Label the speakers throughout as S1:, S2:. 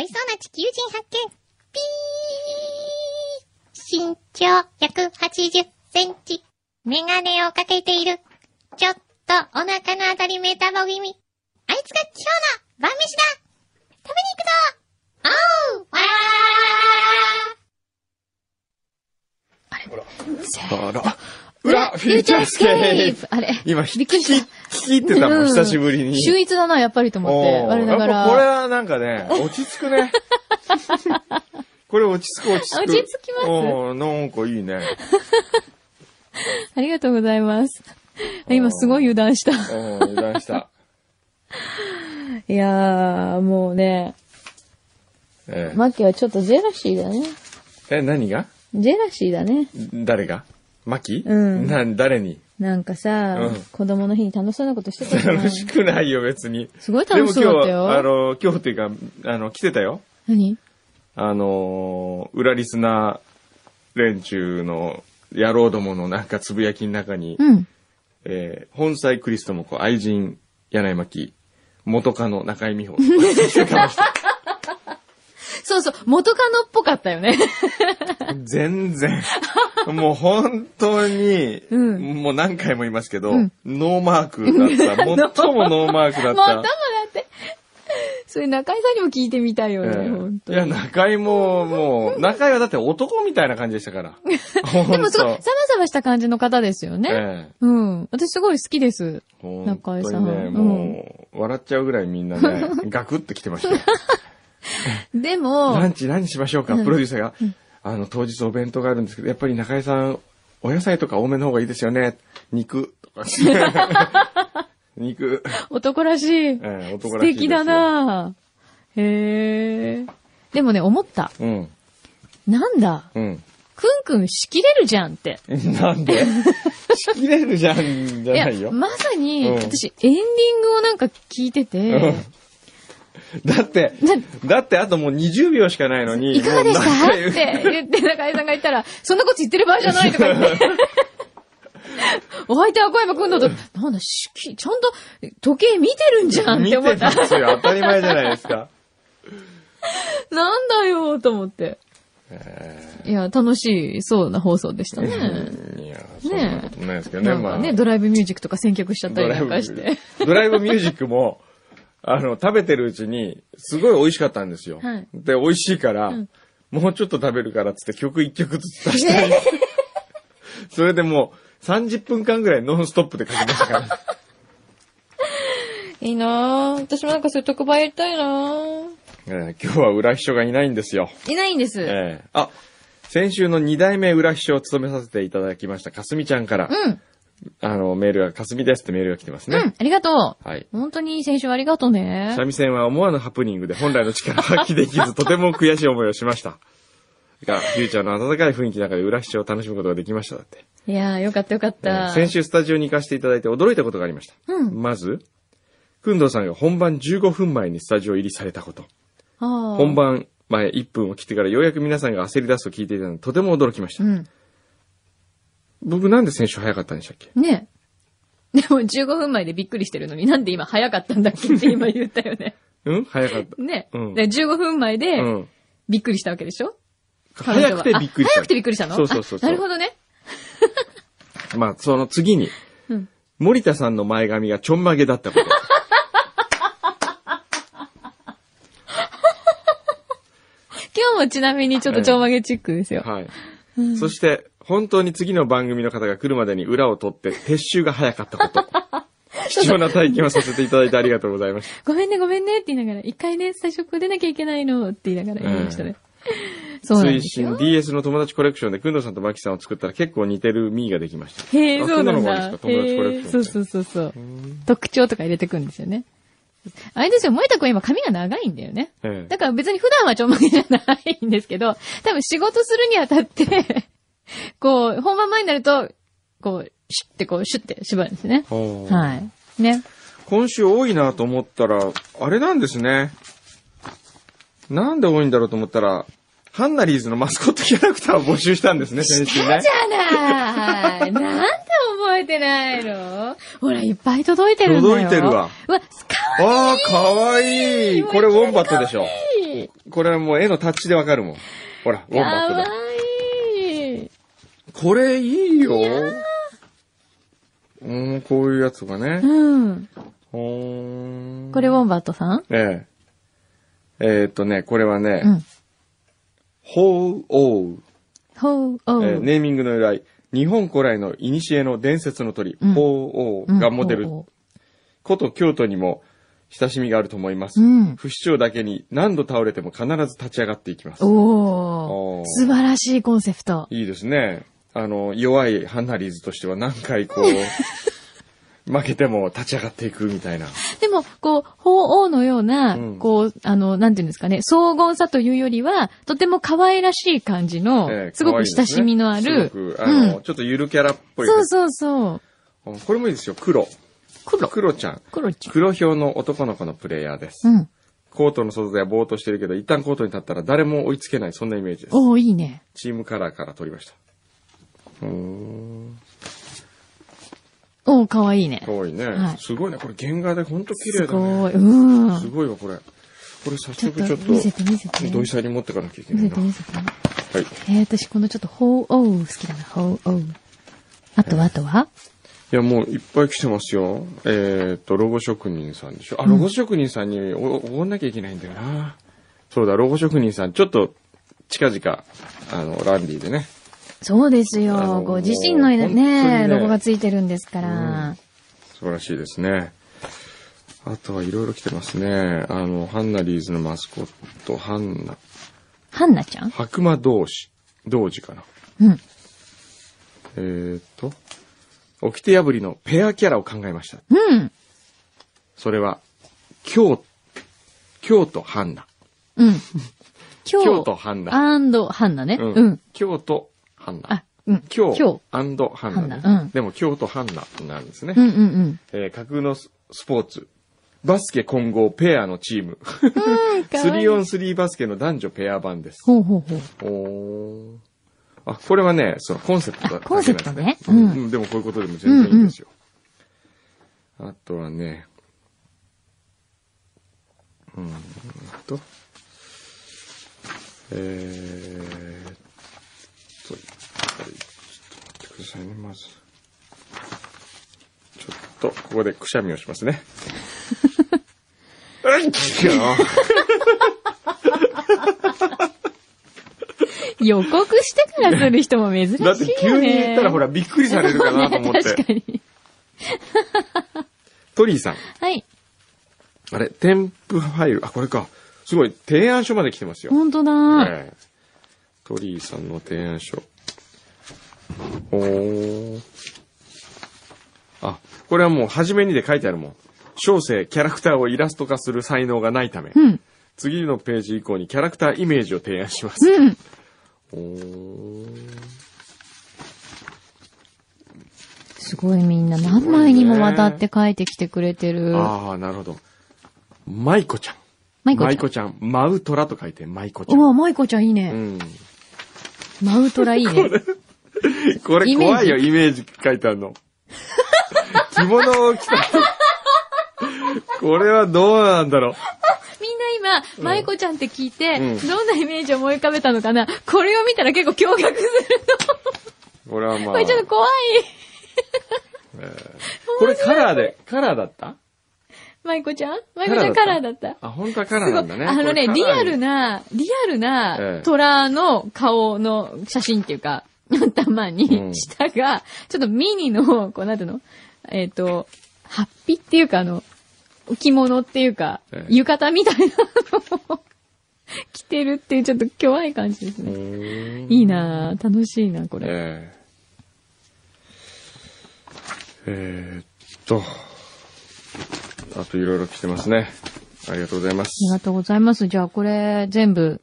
S1: りそうな地球人発見。ピー身長180センチ。メガネをかけている。ちょっとお腹のあたりメタボ気味。あいつが今日の晩飯だ食べに行くぞおうわ
S2: ほら。
S3: せー
S2: あら。 裏、フューチャースケープ
S3: あれ
S2: 今、ひ
S3: びっく
S2: き、
S3: り
S2: ひ
S3: し
S2: きってたも、
S3: うんん
S2: 久しぶりに。
S3: 秀逸だな、やっぱりと思って。
S2: おー
S3: 我なが
S2: やっぱこれ
S3: ら。
S2: はなんか ね、落ち着くね。 これ落ち着く落ち着く。
S3: 落ち着きます
S2: おーなんかいいね。
S3: ありがとうござい ます。今すごい油断した。
S2: おー油断 した。
S3: いやー、もうね、
S2: ええ
S3: マキはちょっとジェラシーだね。
S2: え、何が
S3: ジェラシーだね。
S2: 誰がマキ
S3: うん
S2: な、誰に
S3: なんかさ、
S2: うん
S3: 子供の日に楽しそうなことしてたじゃない
S2: 楽しくないよ、別に。
S3: すごい楽しそうだった
S2: でも今日、あ
S3: よ。
S2: の、今日っていうか、あの、来てたよ。
S3: 何
S2: あのー、裏リスナー連中の野郎どものなんかつぶやきの中に、
S3: うん。
S2: えー本妻クリストも子愛人柳巻、元カノ中井美 穂。来てました
S3: そうそう、元カノっぽかったよね。
S2: 全然。もう本当に、
S3: うん
S2: もう何回も言いますけど、
S3: うん
S2: ノーマークだっ た。最もノーマーク
S3: も
S2: だっ
S3: う頭
S2: た
S3: だ。って。それ中井さんにも聞いてみたいよ
S2: え
S3: ね、
S2: え
S3: ほんと
S2: いや、中井も、もう、中井はだって男みたいな感じでしたから。
S3: でもすごい、
S2: 本
S3: サバサバした感じの方ですよ
S2: 当
S3: ね。
S2: ええ
S3: うん。私すごい好きです。
S2: 中
S3: 中
S2: 井
S3: 井
S2: さ
S3: さ
S2: ん。
S3: ん
S2: ね、もう、笑っちゃうぐらいみん なね、ガクッと来てましたよ。
S3: でも、
S2: ランチ何しましょうか、
S3: うん
S2: プロデューサーが。あの、当日お弁当があるんですけど、やっぱり中井さん、お野菜とか多めの方がいいですよね。肉とか。 肉。
S3: 男らしい。
S2: ええ男
S3: 素
S2: らしいですよ
S3: 敵だなぁへえ。でもね、思った。
S2: うん。
S3: なんだ。
S2: うん。
S3: くんくんしきれるじゃんって。
S2: なんで仕切れるじゃん、じゃないよ。
S3: まさに、
S2: うん
S3: 私、エンディングをなんか聞いてて、
S2: だって、だってあともう20秒しかないのに。
S3: いかがでし
S2: もう
S3: た
S2: 中井
S3: って言って中井さんが言ったら、そんなこと言ってる場合じゃないとか言って。 お相手は小山くんだと、なんだ、しき、ちゃんと時計見てるんじゃんっ
S2: 見
S3: て
S2: て
S3: 思った
S2: ま。すよ。当たり前じゃないですか。
S3: なんだよ、と思って。いや、楽しそうな放送でしたね。
S2: いや、そんなことないですけどね。
S3: なん
S2: ま
S3: か
S2: あ。
S3: ね、ドライブミュージックとか選曲しちゃった
S2: ド
S3: り
S2: ライ
S3: なん
S2: ブ
S3: かして。
S2: ドライブミュージックも、あの、食べてるうちに、すごい美味しかったんですよ。
S3: はい
S2: で、美味しいから、
S3: ん
S2: もうちょっと食べるからっつって曲一曲ずつ出し たり。それでもう、30分間ぐらいノンストップで書きましたから。
S3: いいなぁ。私もなんかそういう特番やりたいなぁ。
S2: えー今日は裏秘書がいないんですよ。
S3: いないんです。
S2: えーあ、先週の2代目裏秘書を務めさせていただきました、かすみちゃんから、
S3: うん。
S2: あの、メールが、かすみですってメールが来てます
S3: う
S2: ね。
S3: ん。ありがとう。
S2: はい。
S3: 本当に先週ありがとうね。
S2: 三味線は思わぬハプニングで本来の力を発揮できず、とても悔しい思いをしました。が、フューチャーの温かい雰囲気の中で裏視聴を楽しむことができましただって。
S3: いやー、よかったよかっ
S2: え
S3: た。
S2: ー先週スタジオに行かせていただいて驚いたことがありました。
S3: うん
S2: まず、くんどうさんが本番15分前にスタジオ入りされたこと。本
S3: 本。
S2: 番前1分を切ってからようやく皆さんが焦り出すと聞いていたので、とても驚きました。
S3: うん。
S2: 僕なんで先週早かったんでしたっけ
S3: ねえ。でも15分前でびっくりしてるのになんで今早かったんだっけって今言ったよね。
S2: うん早かった。
S3: ねえ。
S2: うん
S3: で15分前
S2: う
S3: で
S2: ん。
S3: びっくりしたわけでしょ彼女
S2: 早
S3: は
S2: くてびっく
S3: あ
S2: りした。
S3: 早くてびっくりしたの
S2: そうそうそうそう
S3: あなるほどね。
S2: まあ、その次に、
S3: うん
S2: 森田さんの前髪がちょんまげだったこと。
S3: 今日もちなみにちょっとちょんまげチックですよ。
S2: はい。そして、本当に次の番組の方が来るまでに裏を 取って撤収が早かったこと。貴重な体験をさせていただいてありがとうございまし
S3: ごめんねごめんねって言いながら、一回ね、最初ここ出なきゃいけないのって言いながら言いましたね。
S2: た。
S3: そうなん
S2: 推
S3: ですよ
S2: 進。DS の友達コレクションで、くんどさんとマキさんを作ったら結構似てるミーができました。
S3: へえ、
S2: あ
S3: そうなん
S2: そんなのもあ
S3: だ
S2: るんで。すか友達コレ
S3: へえ
S2: クションって
S3: そうそうそうそう。特徴とか入れてくんですよね。あれですよ、萌えたくん今髪が長いんだよね。
S2: ええ
S3: だから別に普段はちょんまげじゃないんですけど、多分仕事するにあたって、 こう、本番前になると、こう、シュッてこう、シュッて縛るんですね。
S2: ほう
S3: はい。ね。
S2: 今週多いなと思ったら、あれなんですね。なんで多いんだろうと思ったら、ハンナリーズのマスコットキャラクターを募集したんですね、先週 ね。
S3: じゃないなんで覚えてないのほら、いっぱい届いてるんだよ。
S2: 届いてるわ
S3: うわ、かわ
S2: ああ、かわいい。これウォンバットでしょ。
S3: いい
S2: これはもう絵のタッチでわかるもん。ほら、ウォ
S3: か
S2: ンバット
S3: わ
S2: だ。
S3: いい。
S2: これいいよ。うん、こういうやつがね。
S3: うん。
S2: ほーん
S3: これウォンバットさん
S2: ええ。えーっとね、これはね、
S3: うん。
S2: ほうおう。
S3: ほう、お
S2: えー
S3: う。
S2: ネーミングの由来。日本古来の古の伝説の鳥、
S3: うん
S2: 鳳凰
S3: うん
S2: がモデル、
S3: ほ
S2: 古都京都にも親しみがあると思います。
S3: うん
S2: 不死鳥だけに何度倒れても必ず立ち上がっていきます
S3: う。お
S2: お
S3: ー
S2: ー
S3: 素晴らしいコンセプト。
S2: いいですね。あの、弱いハンナリーズとしては何回こう、 負けても立ち上がっていくみたいな。
S3: でも、こう、鳳凰のような、
S2: うん
S3: こう、あの、なんていうんですかね、荘厳さというよりは、とても可愛らしい感じの、
S2: えー
S3: すご
S2: 可愛
S3: く
S2: いです
S3: 親
S2: ね
S3: しみのある。
S2: すごく、あの、
S3: うん
S2: ちょっとゆるキャラっぽい。
S3: そうそうそう。
S2: うんこれもいいですよ、黒。
S3: 黒。
S2: 黒ちゃん。
S3: 黒ち
S2: 黒ひょうの男の子のプレイヤーです。
S3: ゃん。うん。
S2: コートの外ではぼーっとしてるけど、一旦コートに立ったら誰も追いつけない、そんなイメージです。
S3: おーいいね。
S2: チームカラーから取りました。うーん。
S3: おーかわいいね。
S2: かわいいね。
S3: はい
S2: すごいね。これ原画でほんと綺
S3: す
S2: 麗だね。
S3: ごい。う
S2: す
S3: ん。
S2: ごいわ、これ。これ早
S3: ちょっ
S2: 速ちょ
S3: と
S2: っ、
S3: 見せて
S2: と、
S3: 見せて。
S2: 土井さんに持ってかなきゃいけ
S3: 見
S2: ない
S3: せ
S2: な。
S3: て
S2: は
S3: 見
S2: い。
S3: せて。えー、私このちょっと、鳳凰好きだな、鳳凰。あとは、あとはい
S2: や、もういっぱい来てますよ。えーっと、ロゴ職人さんでしょ。あ、ロゴ職人さんにおおごんなきゃいけないんだよな。そうだ、ロゴ職人さん、ちょっと、近々、あの、ランディでね。
S3: そうです
S2: あの
S3: よ。ご自身の
S2: もう本当に
S3: ね、
S2: ね
S3: ロゴがついてるんですから。
S2: 素晴らしいですね。あとはいろいろ来てますね。あの、ハンナリーズのマスコット、ハンナ、
S3: ハンナちゃん
S2: 白馬同士、同士かな。
S3: うん。
S2: えーっと、掟破りのペアキャラを考えました。
S3: うん。
S2: それは、京、京都ハンナ。
S3: うん。京
S2: 京都ハンナ。
S3: アンドハンナね。
S2: うん
S3: うん。
S2: 京都ハンナ
S3: あ。、うん。
S2: 京
S3: 京
S2: ハンナね、
S3: ハンナうん
S2: でも京都ハンナになるんですね。
S3: うんうん
S2: えー架空のススポーツ。バスケ混合ペアのチーム。
S3: うん。ほ
S2: 3on3 バスケの男女ペア版です。
S3: うほうほう。
S2: おーあ、これはね、そのコンセプトだ
S3: あコンセプトね
S2: だけなん
S3: う
S2: です
S3: ん
S2: うん。でもこういうことでも全然いいんですよ。あとはね、うん、あと、えーっと、はいちょっと待ってくださいね、まず。ちょっと、ここでくしゃみをしま すね。うんちよ
S3: 予告してからする人も珍しいよね。
S2: だって急に言ったらほらびっくりされるかな と思っ
S3: 確
S2: て。
S3: かに。
S2: トリーさん。
S3: はい。
S2: あれ、添付ファイル。あ、これか。すごい、提案書まで来てますよ。
S3: ほんとだ。
S2: ええトリーさんの提案書。おー。あ、これはもう初めにで書いてあるもん。小生、キャラクターをイラスト化する才能がないため、
S3: うん。
S2: 次のページ以降にキャラクターイメージを提案します。
S3: うん。
S2: おー。
S3: すごいみんな何枚にもわたって書いてきてくれてる。
S2: ああ、なるほど。マイコちゃん。
S3: マイコちゃん。
S2: ちゃん。マウトラと書いて、マイコちゃ。
S3: うんわ、マイコちゃんいいね。
S2: ん。
S3: マウトラい いね。
S2: これ
S3: イメージ
S2: 怖いよ、イメージ書いてある の。着物を着た。これはどうなんだろ
S3: みんな今、舞子ちゃんって聞いて、
S2: うん
S3: どんなイメージを思い浮かべたのかなこれを見たら結構驚愕する
S2: う。これはま
S3: の。
S2: あ。
S3: これちょっと怖い。
S2: これカラーで、カラーだった
S3: 舞子ちゃん舞子ちゃんカ
S2: カ
S3: ラー
S2: ラー
S3: だった。
S2: あ、本当はカラ
S3: す
S2: ー
S3: ごい。
S2: なんだね。
S3: あのね、
S2: これ
S3: リ
S2: カラ
S3: ア
S2: ーに
S3: ル。な、リアル
S2: え
S3: な
S2: え
S3: 虎の顔の写真っていうか、 頭
S2: う
S3: に、
S2: ん
S3: 下が、ちょっとミニの、こうなんていうのえっ、と、ハッピっていうかあの、着物っていうか、
S2: ええ
S3: 浴衣みたいなのを 着てるっていうちょっと怖い感じですね。
S2: うーん
S3: いいなぁ、楽しいな、これ。
S2: えええーっと。あといろいろ来てますね。ありがとうございま
S3: あり
S2: す
S3: が。とうございます。じゃあ、これ、全部、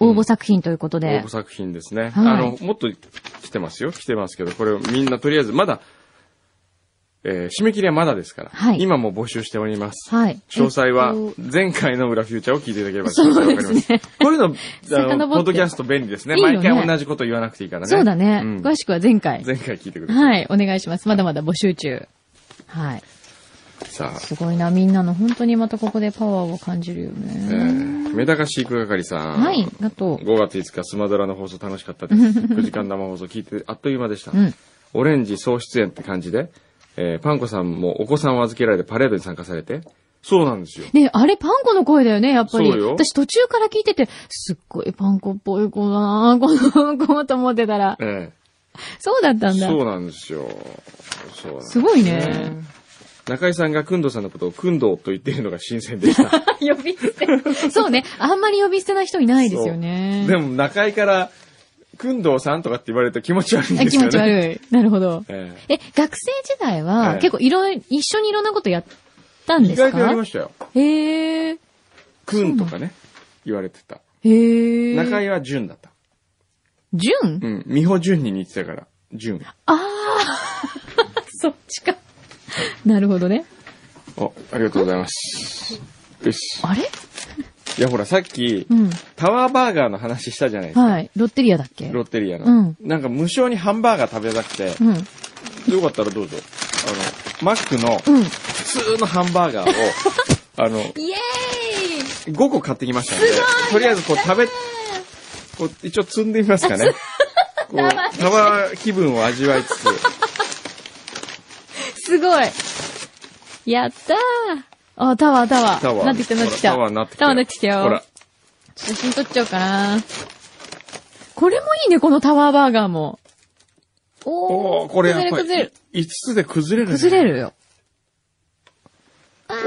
S3: 応募作品ということで。
S2: 応募作品です
S3: は
S2: ね。
S3: い
S2: あの、もっと来てますよ。来てますけど、これをみんなとりあえず、まだ、えー締め切りはまだですから、
S3: はい
S2: 今も募集しております。
S3: はい。
S2: 詳細は
S3: えっと、
S2: 前回の裏フューチャーを聞いていただければ詳細わかります。こういうの、あの、
S3: 遡
S2: ポ
S3: って
S2: ッドキャスト便利ですね。
S3: いいよね
S2: 毎回同じこと言わなくていいからね。
S3: そうだね。
S2: ん
S3: 詳しくは前回。
S2: 前回聞いてください。
S3: はい。お願いします。まだまだ募集中。はい。
S2: さん。
S3: すごいな、みんなの本当にまたここでパワーを感じるよ
S2: え
S3: ね。
S2: ー、メダカ飼育係さん。
S3: はい、あと、
S2: 5月5日、スマドラの放送楽しかったです。9 時間生放送聞いて、あっという間でした。
S3: うん
S2: オレンジ総出演って感じで、えーパンコさんもお子さんを預けられてパレードに参加されて、そうなんですよ。
S3: ね、あれパンコの声だよね、やっぱり。
S2: そうよ
S3: 私途中から聞いてて、すっごいパンコっぽい子だな、この子と思ってたら。
S2: え
S3: そうだった
S2: え
S3: んだ。
S2: そうなんですよ。そうなんです
S3: ごいね。
S2: 中井さんがくんどさんのことをくんどと言っているのが新鮮 でした。
S3: 呼び捨て。そうね。あんまり呼び捨てな人いないですよね。
S2: でも中井から、くんどさんとかって言われると気持ち悪いん
S3: あ
S2: で
S3: 気
S2: すよね。
S3: 持ち悪い。なるほど。
S2: ええ
S3: え、学生時代は、
S2: ええ
S3: 結構いろいろ、一緒にいろんなことやったんで
S2: 意
S3: す
S2: 外とやり
S3: か
S2: ましたよ。
S3: へえ。
S2: くんとかね、言われてた。
S3: へえ。
S2: 中井は純だった。
S3: 純
S2: うん。美穂純に似てたから、純。
S3: そっちか。なるほどね。
S2: お、ありがとうございます。よし。
S3: あれ
S2: いや、ほら、さっき、
S3: うん。
S2: タワーバーガーの話したじゃないですか。
S3: はい。ロッテリアだっけ
S2: ロッテリアの。
S3: うん
S2: なんか無償にハンバーガー食べたくて、
S3: うん。
S2: よかったらどうぞ。あの、マックの
S3: うん。
S2: 普通のハンバー ガーを、あの、
S3: イエーイ
S2: 5個買ってきましたので、とりあえずこう食べ、こう一応積んでみます かね。こう、タワー気分を味わいつつ、
S3: すごい。やったー。あ、タワー、タワー。
S2: タワー。
S3: なってきた、なってきた。
S2: ほらタワーになってきた。
S3: タワーなってきたよ。
S2: ほら、
S3: 写真撮っちゃおうかな。これもいいね、このタワーバーガーも。おー、
S2: おー、これやっぱ
S3: 崩れる
S2: り、5つで崩れるね。
S3: 崩れる。崩れるよ。ど
S2: お
S3: う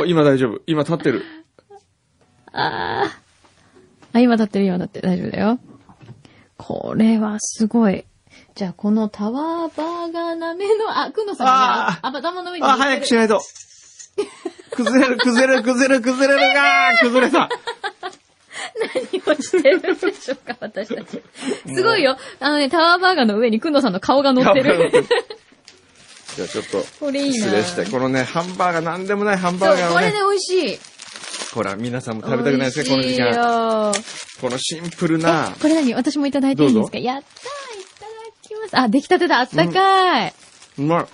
S2: ーお、
S3: だ
S2: 今大丈夫。今立ってる。
S3: あーあ、今立ってる、今立ってる、大丈夫だよ。これはすごい。じゃあ、このタワーバーガーなめの、あ、くんのさんがね
S2: あ、ー
S3: あ頭の上に乗っ
S2: あ、
S3: てる。
S2: 早くしないと。崩れる、崩れる、崩れる、崩れるがー崩れた。
S3: 何をしてるんでしょうか、私たち。すごいよ。あのね、タワーバーガーの上にくんのさんの顔が乗って
S2: 顔が乗っ
S3: る
S2: て。るじゃあちょっと、
S3: これいいな
S2: 失礼して。このね、ハンバーガー、なんでもないハン
S3: そ
S2: バ
S3: う
S2: ーガー
S3: こ
S2: を
S3: れ
S2: ね
S3: で、美味しい。
S2: ほら、皆さんも食べたくないですか、この時
S3: 美味しい
S2: 間。
S3: よ
S2: このシンプルな、
S3: これ何私もいただいていいんですか
S2: ど
S3: やったーいただきます。あ、出来たてだあったかい、
S2: うまい。
S3: こ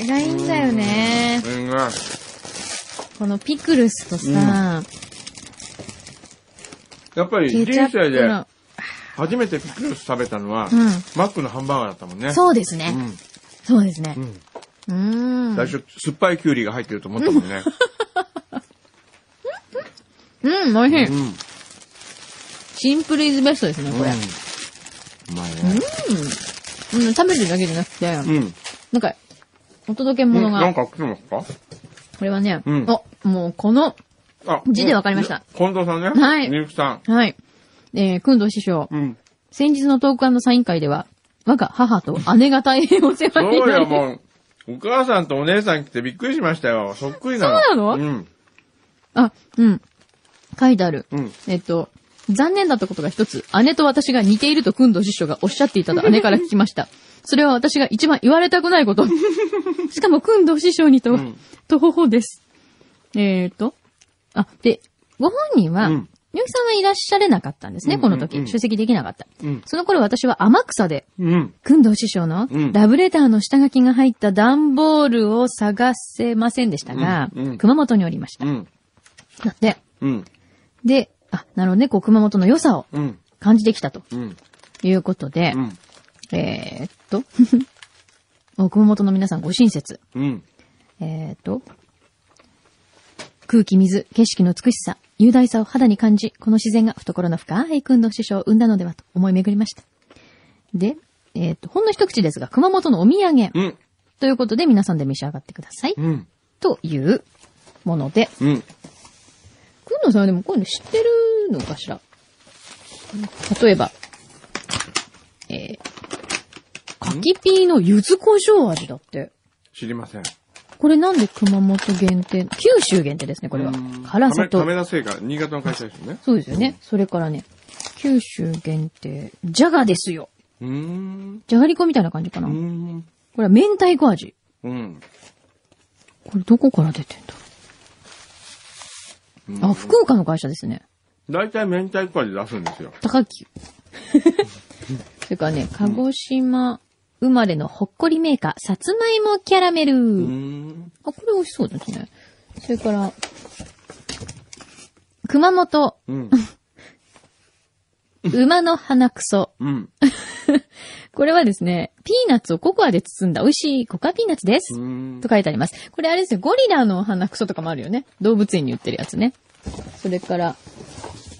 S3: れがいいんだよね。
S2: うん、うまい。
S3: このピクルスとさ、
S2: やっぱり、
S3: ケチャ
S2: 人
S3: ップ
S2: 生で、
S3: の。
S2: 初めてピクルス食べたのは、
S3: うん
S2: マックのハンバーガーだったもんね。
S3: そうですね。
S2: うん。
S3: そうですね
S2: う。ん。
S3: うーん。
S2: 最初、酸っぱいキュウリが入ってると思ったもん
S3: う
S2: ね。
S3: ん、美味し
S2: う
S3: い。
S2: ん。
S3: シンプルイズベストですね、これ。
S2: うんうまいね。
S3: うん、食べてるだけじゃなくて、
S2: うん。
S3: なんか、お届け物
S2: なん
S3: が、
S2: か来てますか
S3: これはね、
S2: うん
S3: お、もうこの、
S2: あ
S3: 字でわかりました。
S2: 近藤さんね。
S3: はい
S2: みゆきさ
S3: はい。えー、くん師匠
S2: ん。、うん。
S3: 先日のトークサイン会では、我が母と姉が大変お世話
S2: そ
S3: に
S2: う
S3: な
S2: よ、
S3: り、
S2: もう。お母さんとお姉さん来てびっくりしましたよ。そっくりなの。
S3: そうなの
S2: うん。
S3: あ、うん。書いてある。
S2: うん。
S3: えっと、残念だったことが一つ、姉と私が似ているとくん師匠がおっしゃっていたと姉から聞きま した。それは私が一番言われたくないこと。しかも、くん師匠にと、
S2: うん
S3: とほほです。えっ、と、あ、で、ご本人は、
S2: う
S3: み
S2: ん
S3: ゆきさんはいらっしゃれなかったんですね、
S2: うん
S3: この時。
S2: うんうん
S3: 出席できなかった。
S2: うん
S3: その頃私は天草で、
S2: うん。
S3: くん師匠の
S2: うん
S3: ラブレターの下書きが入った段ボールを探せませんでしたが、
S2: うんうん
S3: 熊本におりました
S2: う。ん。
S3: だって、
S2: うん。
S3: で、あ、なるほどね、こう熊本の良さを
S2: うん。
S3: 感じてきたと
S2: うん。
S3: いうことで
S2: う、ん。
S3: えーっと、 お熊本の皆さんご親切。
S2: うん。
S3: えーっと、空気、水、景色の美しさ、雄大さを肌に感じ、この自然が懐の深い君の師匠を生んだのではと思い巡りました。で、えーっと、ほんの一口ですが、熊本のお土産
S2: うん。
S3: ということで皆さんで召し上がってください。
S2: うん。
S3: というもので、
S2: うん。
S3: くんのさんはでもこういうの知ってるのかしら例えば、えー、柿ピーの柚子胡椒味だって。
S2: 知りません。
S3: これなんで熊本限定九州限定ですね、これは
S2: うん。
S3: 辛さと
S2: 亀。亀田製菓、新潟の会社ですよね。
S3: そうですよね。それからね、九州限定、じゃがですよ。
S2: うーん。
S3: じゃがりこみたいな感じか
S2: う
S3: な。
S2: ー
S3: こ
S2: ん。
S3: れは明太子味。
S2: うん。
S3: これどこから出てんだ
S2: う
S3: ろうあ、
S2: ん
S3: 福岡の会社ですね。
S2: 大体明 太子味出すんですよ。
S3: 高木。それからね、鹿児島生まれのほっこりメーカー、さつまいもキャラメル。
S2: うん。
S3: あ、これ美味しそうですね。それから、熊本、
S2: うん。
S3: 馬の鼻くそ。
S2: うん。
S3: これはですね、ピーナッツをココアで包んだ美味しいココアピーナッツです。
S2: うん
S3: と書いてあります。これあれですよ、ゴリラの鼻くそとかもあるよね。動物園に売ってるやつね。それから、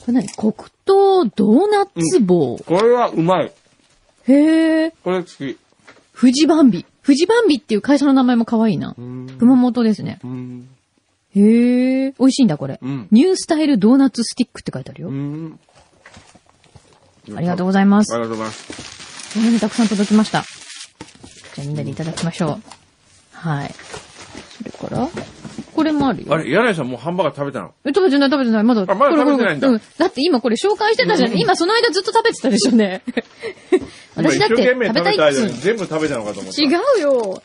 S3: これ何黒糖ドーナツ棒。
S2: これはうまい。
S3: へー。
S2: これ好き。
S3: 富士バンビ。富士バンビっていう会社の名前も可愛いな
S2: う。ん。
S3: 熊本ですね。
S2: うん。
S3: へー。美味しいんだ、これ。
S2: うん
S3: ニュースタイルドーナツスティックって書いてあるよ。
S2: うん。
S3: ありがとう
S2: ご
S3: ござ
S2: ざい
S3: いま
S2: ますあ。りがとうございます。
S3: こんなにたくさん届きました。じゃあみんなでいただきましょう。はい。それから、これもあるよ。
S2: あれ、柳井さんもうハンバーガー食べたの
S3: え食べてない食べてない。まだ。
S2: あまだ食べてないんだ
S3: これこれこれうだって今これ紹介してたじゃん。
S2: うん
S3: 今その間ずっと食べてたでしょう ね。私だって食べたいっつうの
S2: 全部食べたのかと思った。
S3: 違うよ。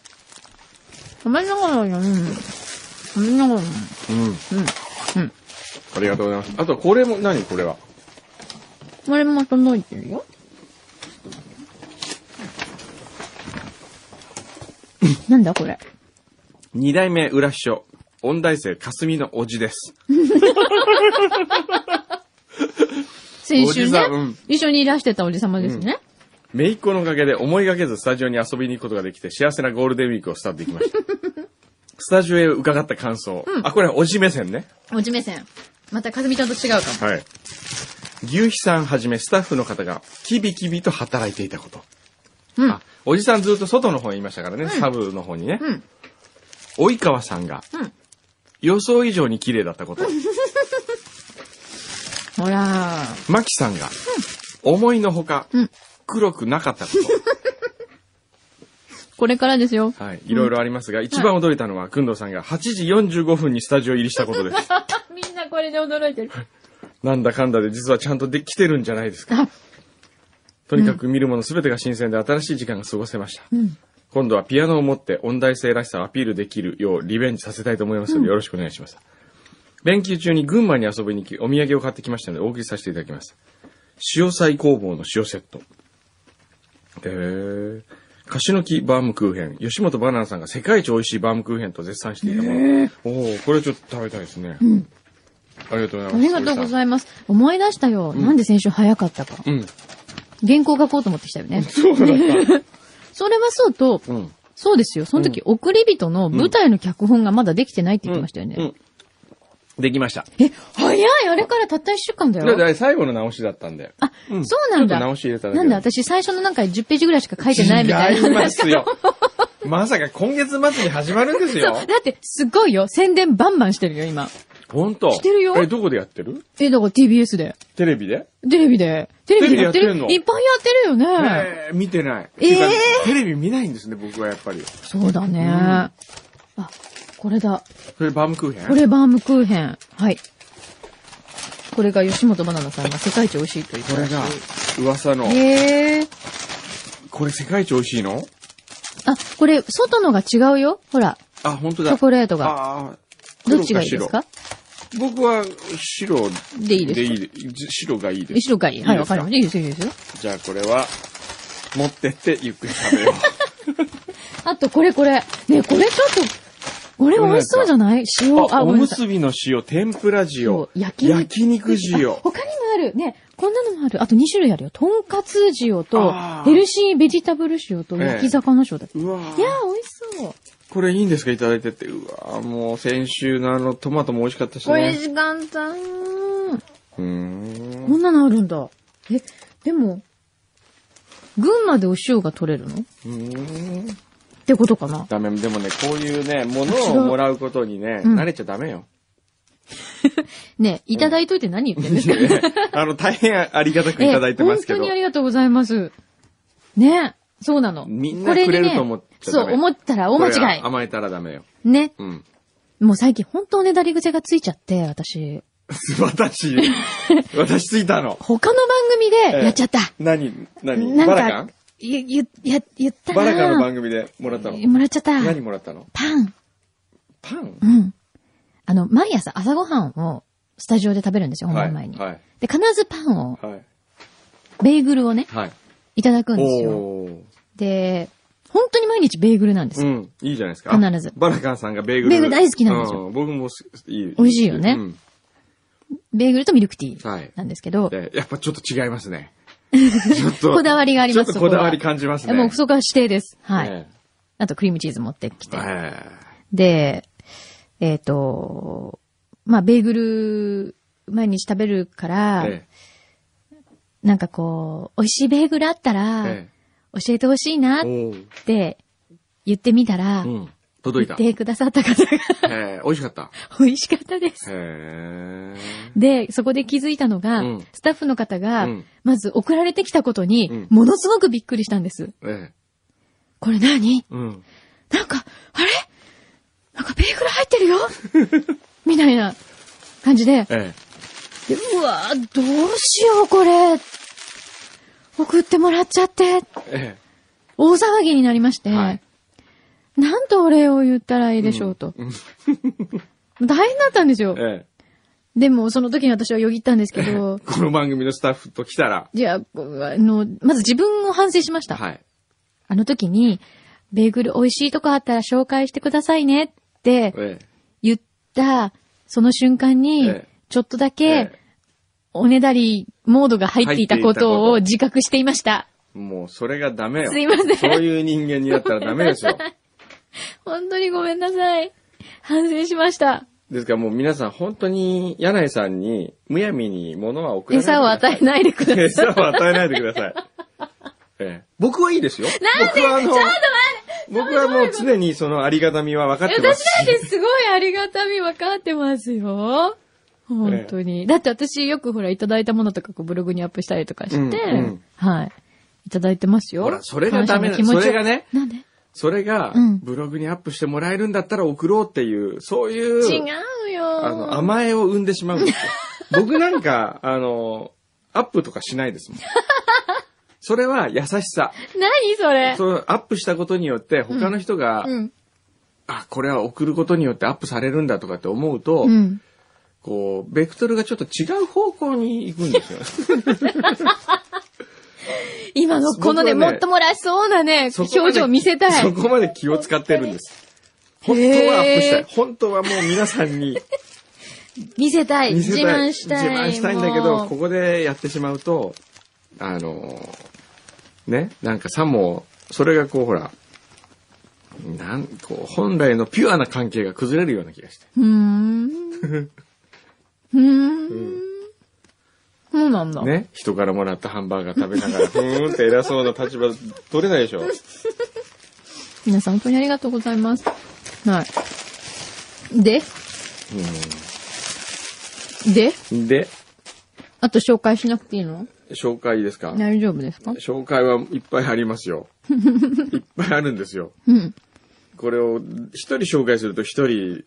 S3: 食べながらよ。うん。食べながらよ。
S2: うん。
S3: うん。うん。
S2: ありがとうございます。あと、これも、何これは。
S3: これも届いてるよ。なんだこれ。
S2: 二代目裏秘書、音大生、霞のおじです。
S3: 先週
S2: おじ
S3: ね
S2: さんうん。
S3: 一緒にいらしてたおじさまですね。
S2: めいっ子のおかげで思いがけずスタジオに遊びに行くことができて幸せなゴールデンウィークをスタートで きました。スタジオへ伺った感想。あ、これはおじ目線ね。
S3: おじ目線。また、かずみちゃんと違うかも。
S2: はい。牛皮さんはじめスタッフの方がキビキビと働いていたこと。
S3: うん
S2: あ、おじさんずっと外の方にいましたからね、サブの方にね。
S3: うん
S2: 及川さんが、
S3: うん
S2: 予想以上に綺麗だったこと。
S3: ほらー。
S2: マキさんが、思いのほか、
S3: うん
S2: 黒くなかったこ
S3: これからですよ。
S2: と。はい。いろいろありますが、一番驚いたのは、くんどうさんが8時45分にスタジオ入りしたことです。
S3: みんなこれで驚いてる。
S2: なんだかんだで実はちゃんとできてるんじゃないですか。
S3: あ、
S2: とにかく見るもの全てが新鮮で新しい時間が過ごせました。
S3: うん。
S2: 今度はピアノを持って音大生らしさをアピールできるようリベンジさせたいと思いますので、よろしくお願いします。連休中に群馬に遊びに行き、お土産を買ってきましたので、お送りさせていただきます。塩菜工房の塩セット。えー、カシの木バームクーヘン。吉本バナナさんが世界一美味しいバームクーヘンと絶賛していたもの。おーこれちょっと食べたいですね。ありがとうござい
S3: あ
S2: ます。
S3: りがとうご
S2: い
S3: ざいます。思い出したよ。なんで先週早かったか。
S2: ます。
S3: 原稿書こうと思ってきたよね。
S2: うん。そうだっ
S3: それはそうと、
S2: た。うん。
S3: そうですよ。その時、送り人の舞台の脚本がまだできてないって言ってましたよね。
S2: うん。できました。
S3: え、早いあれからたった一週間だ
S2: だっ
S3: よ。
S2: て最後の直しだったんで。
S3: あ、
S2: うん
S3: そうなん
S2: ちょ
S3: だ。
S2: っと直し入れただけ
S3: なんだ、私最初のなんか10ページぐらいしか書いてないみたいな。
S2: 違いますよ。まさか今月末に始まるんですよ。
S3: だって、すごいよ。宣伝バンバンしてるよ、今。
S2: 本当。
S3: してるよ
S2: え、どこでやってる
S3: え、だから TBS で。
S2: テレビで
S3: テレビで。テレビでやってる。
S2: テレビでやってんの
S3: いっぱいやってるよね。
S2: えー見てない。
S3: えー
S2: てかテレビ見ないんですね、僕はやっぱり。
S3: そうだね。
S2: ん
S3: あ、これだ。
S2: それバームクーヘン
S3: これバームクーヘン。はい。これが吉本バナナさんが世界一美味しいという。
S2: これが噂の、
S3: へえ。
S2: これ世界一美味しいの
S3: あ、これ、外のが違うよ。ほら、
S2: あ、本当
S3: チョ
S2: だ。
S3: コレートが。
S2: ああ。
S3: ど
S2: 黒か
S3: っちがいいですか
S2: 白僕は白
S3: でいいですか
S2: じ白がいいです。
S3: 白がいい。はい、
S2: いい
S3: わ
S2: ですか
S3: かりました。いいですよ、いいですよ。
S2: じゃあこれは、持ってってゆっくり食べよ
S3: あと、これこれ。ねえこれちょっと、これ美味しそうじゃない 塩、
S2: う。あ、
S3: あ、ご
S2: お
S3: めん
S2: む
S3: なさい。
S2: すびの塩、天ぷら
S3: そ
S2: 塩
S3: う、焼肉
S2: 焼肉塩
S3: あ。他にもある。ね、こんなのもある。あと2種類あるよ。とんかつ塩と
S2: あ、ー
S3: ヘルシーベジタブル塩と
S2: ええ
S3: 焼き魚塩だって。
S2: うわー
S3: いやー、美味しそう。
S2: これいいんですかいただいてって。うわーもう先週のあのトマトも美味しかったし
S3: これ
S2: ね。
S3: 時間だ
S2: うーん。
S3: こんなのあるんだ。え、でも、群馬でお塩が取れるのっ
S2: うーん。
S3: てことかな
S2: ダメ。でもね、こういうね、もの
S3: 違う
S2: をもらうことにね、
S3: うん
S2: 慣れちゃダメよ。
S3: ねいただいといて何言ってんですか、
S2: あの、大変ありがたくいただいてますけ
S3: え本当
S2: ど
S3: にあ。りがとうございます。ねそうなの。
S2: みん
S3: こ
S2: な
S3: に
S2: く
S3: ね
S2: れると思っちゃダメ
S3: そう、思ったら大
S2: こ
S3: 間違
S2: れ
S3: い
S2: は。甘えたらダメよ。
S3: ね。
S2: うん。
S3: もう最近本当ねだり癖がついちゃって、私。
S2: 私、 私ついたの。
S3: 他の番組でやっちゃった。
S2: 何何
S3: な
S2: バラカ
S3: ん
S2: ン
S3: か、ゆ、ゆ、や、言ったな
S2: バラカンの番組でもらったの。
S3: もらっちゃった。
S2: 何もらったの
S3: パン。
S2: パン
S3: うん。あの、毎朝朝ごはんをスタジオで食べるんですよ、本
S2: は
S3: 番
S2: い。
S3: 前に。
S2: はい。
S3: で、必ずパンを、
S2: はい。
S3: ベーグルをね、
S2: はい。
S3: いただくんですよ。
S2: おー。
S3: で、本当に毎日ベーグルなんです
S2: う
S3: よ。
S2: ん。いいじゃないですか。あ
S3: 必ず
S2: バラカンさんがベーグル。
S3: ベーグル大好きなんですよ
S2: う僕もすいい。
S3: 美味しいよね
S2: うん。
S3: ベーグルとミルクティー
S2: はい。
S3: なんですけど、
S2: でやっぱちょっと違います ね。ちょっと。
S3: こだわりがあります
S2: ちょっとこだわり感じますね。
S3: もうそこは指定です。はい。
S2: ね
S3: あとクリームチーズ持ってきて。
S2: え
S3: で、えっ、と、まあ、ベーグル、毎日食べるから、
S2: え
S3: なんかこう、美味しいベーグルあったら、
S2: え
S3: 教えてほしいな
S2: え
S3: っ
S2: おー
S3: て言ってみたら、
S2: うん。
S3: 言
S2: 届いた
S3: っ。てくださった方が
S2: ええ美味しかった。
S3: 美味しかったです。
S2: へえ。
S3: で、そこで気づいたのが、
S2: うん
S3: スタッフの方が、
S2: うん
S3: まず送られてきたことに、
S2: うん
S3: ものすごくびっくりしたんです。
S2: ええ。
S3: これ何
S2: うん。
S3: なんか、あれなんかベーグル入ってるよ みたいな感じで、
S2: ええ。
S3: でうわぁ、どうしようこれ送ってもらっちゃって、
S2: え
S3: 大騒ぎになりまして、
S2: はい
S3: なんとお礼を言ったらいいでしょうと。 大変だったんですよ
S2: え。。え
S3: でも、その時に私はよぎったんですけ
S2: え。
S3: ど
S2: こ、の番組のスタッフと来たら。
S3: いや、あの、まず自分を反省しました。
S2: はい。
S3: あの時に、ベーグル美味しいとこあったら紹介してくださいねって
S2: え
S3: 言った、その瞬間に
S2: ええ、
S3: ちょっとだ
S2: え。
S3: け
S2: え、
S3: おねだりモードが入っていたこ
S2: 入っていたことと
S3: を自覚していました。
S2: え。もうそれがダメよ。
S3: すいません
S2: そういう人間になったらダ メですよ。
S3: 本当にごめんなさい。反省しました。
S2: ですからもう皆さん本当に柳井さんにむやみに物は送らないでください。
S3: 餌を与えないでください。
S2: 餌を与えないでくだ さい。ええ、僕はいいですよ。なんで僕はあの、僕はもう常にそのありがたみは分かってま
S3: 私
S2: す。
S3: だってすごいありがたみ分かってますよ。本当に。だって私よくほら、いただいたものとかこうブログにアップしたりとかして、
S2: うんうん
S3: はい。いただいてますよ。
S2: ほらそれがダメな
S3: 感謝の気持ちを
S2: それがね
S3: なんで
S2: それが
S3: うん、
S2: ブログにアップしてもらえるんだったら送ろうっていう、そういう、
S3: 違うよ。
S2: あの、甘えを生んでしまうんですよ。 僕なんか、あの、アップとかしな いですもん。それは優しさ。
S3: 何それ。
S2: そのアップしたことによって、他の人が、
S3: うん。
S2: あ、これは送ることによってアップされるんだとかって思うと、
S3: うん。
S2: こう、ベクトルがちょっと違う方向に行くんですよ。
S3: 今のこのね、
S2: 僕は
S3: も
S2: ね
S3: っともらしそうなね、
S2: そこま
S3: 表
S2: で
S3: 情を見せたい
S2: そ。こまで気を使ってるんです。本当はアップしたい。本当はもう皆さんに
S3: 見せたい。
S2: 見せ
S3: 自
S2: たい。
S3: 慢したい。
S2: 自慢したいんだけど、
S3: もう
S2: ここでやってしまうと、あの、ね、なんかさも、それがこうほら、なん、こう、本来のピュアな関係が崩れるような気がして。
S3: うーん。うーん。そうなんだ。
S2: ね、人からもらったハンバーガー食べながら、ふーんって偉そうな立場取れないでしょ。
S3: 皆さん本当にありがとうございます。はい。で、で、
S2: うんで、
S3: あと紹介しなくていいの
S2: 紹介ですか
S3: 大丈夫ですか
S2: 紹介はいっぱいありま すよ。いっぱいあるんですよ。
S3: うん。
S2: これを一人紹介すると一人。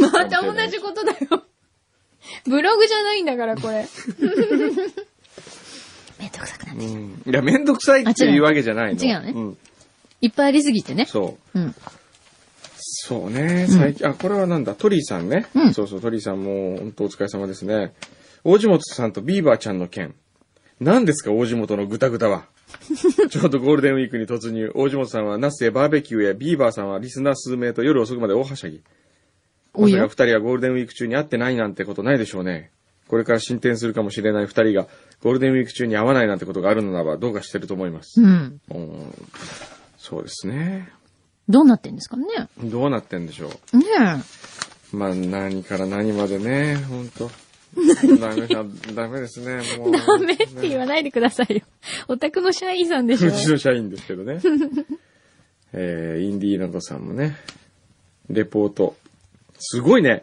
S3: また同じことだよ。ブログじゃないんだから、こ れ。めんどくさくなって。
S2: うんいや、めんどくさいっていうわけじゃないの。
S3: あ違うの違うね
S2: ん
S3: いっぱいありすぎてね。
S2: そう。
S3: うん。
S2: そうね、最近、あ、これはなんだ、トリーさんね。
S3: うん
S2: そうそう、トリーさんも、本当お疲れ様ですね。大地元さんとビーバーちゃんの件。何ですか、大地元のぐたぐたは。 ちょうどゴールデンウィークに突入。大地元さんはナスへバーベキューや、ビーバーさんはリスナー数名と夜遅くまで大はしゃぎ。
S3: お
S2: まさか
S3: や
S2: 二。人はゴールデンウィーク中に会ってないなんてことないでしょうね。これから進展するかもしれない二人が、ゴールデンウィーク中に会わないなんてことがあるのならば、どうかしてると思います。
S3: うん。
S2: うんそうですね。
S3: どうなってんですかね
S2: どうなってんでしょう。
S3: ね
S2: まあ、何から何までね、ほんと。ダメだ、ダメですね、もう。
S3: え。ダメって言わないでくださいよ。お宅の社員さんでしょ
S2: う。ちの社員ですけどね。えー、インディーナドさんもね、レポート。すごいね。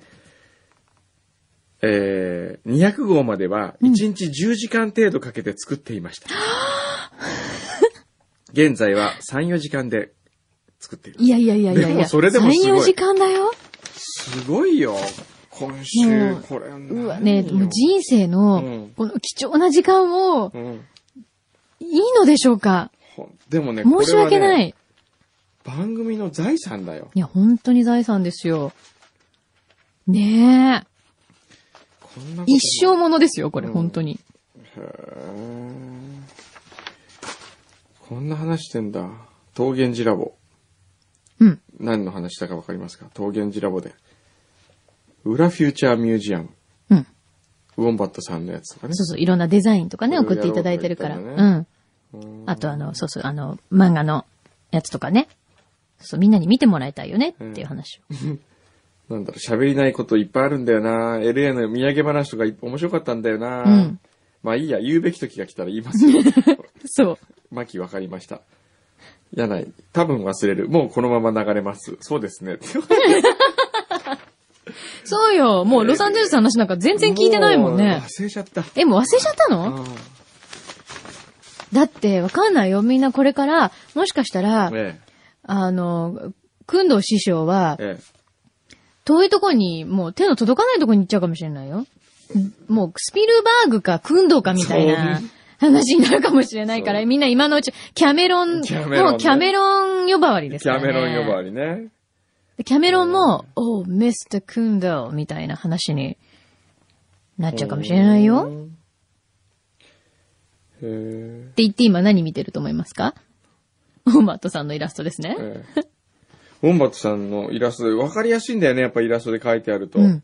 S2: えー、200号までは1日10時間程度かけて作っていました。現在は3、4時間で作っている。
S3: いやいやいやいやいや。
S2: でもそれでもすご
S3: 3、
S2: い
S3: 4時間だよ。
S2: すごいよ。今週
S3: もう、
S2: これ。う
S3: うわね、もう人生
S2: うん
S3: の、この貴重な時間を
S2: う、ん。
S3: いいのでしょうか
S2: ほんでもね、
S3: 申し訳
S2: これは
S3: な
S2: ね
S3: い。
S2: 番組の財産だよ。
S3: いや、本当に財産ですよ。ねえ。
S2: こんなこと
S3: 一生ものですよ、これ、
S2: うん
S3: 本当に。
S2: へーこんな話してんだ。桃源寺ラボ。
S3: うん。
S2: 何の話だかわかりますか桃源寺ラボで。裏フューチャーミュージアム。
S3: うん。
S2: ウォンバットさんのやつとかね。
S3: そうそう、いろんなデザインとかね、
S2: いろいろ
S3: 送っていただいてるから。
S2: やろうと
S3: う
S2: か言
S3: ん。あとあの、そうそう、あの、漫画のやつとかね。そう、みんなに見てもらいたいよねっていう話を。
S2: なんだろう、喋りないこといっぱいあるんだよな LA の土産話とかい面白かったんだよな、
S3: うん
S2: まあいいや、言うべき時が来たら言いま すよ。
S3: そう。
S2: マキわかりました。やない。多分忘れる。もうこのまま流れます。そうですね。
S3: そうよ。もうロサンゼルスの話なんか全然聞いてないもんね
S2: う。忘れちゃった。
S3: え、もう忘れちゃったのだってわかんないよ。みんなこれから、もしかしたら
S2: うん、え
S3: あの、くんどう師匠は
S2: え。、ええ。
S3: 遠いとこに、もう手の届かないとこに行っちゃうかもしれないよ。もう、スピルバーグか、クンドーかみたいな
S2: そう
S3: 話になるかもしれないか
S2: そ
S3: ら、
S2: う
S3: みんな今のうち、キャメロン、
S2: キャメロンね
S3: もうキャメロン呼ばわりです
S2: キ
S3: から
S2: ャ
S3: ね。
S2: メロン呼ばわりね。
S3: り。キャメロンも、お Mr. クンドーみたいな話になっちゃうかもしれないよ。っ
S2: へえ。
S3: て言って今何見てると思いますかオーマットさんのイラストですね。
S2: ええウォンバットさんのイラストで、わかりやすいんだよね、やっぱイラストで書いてあると。
S3: うん。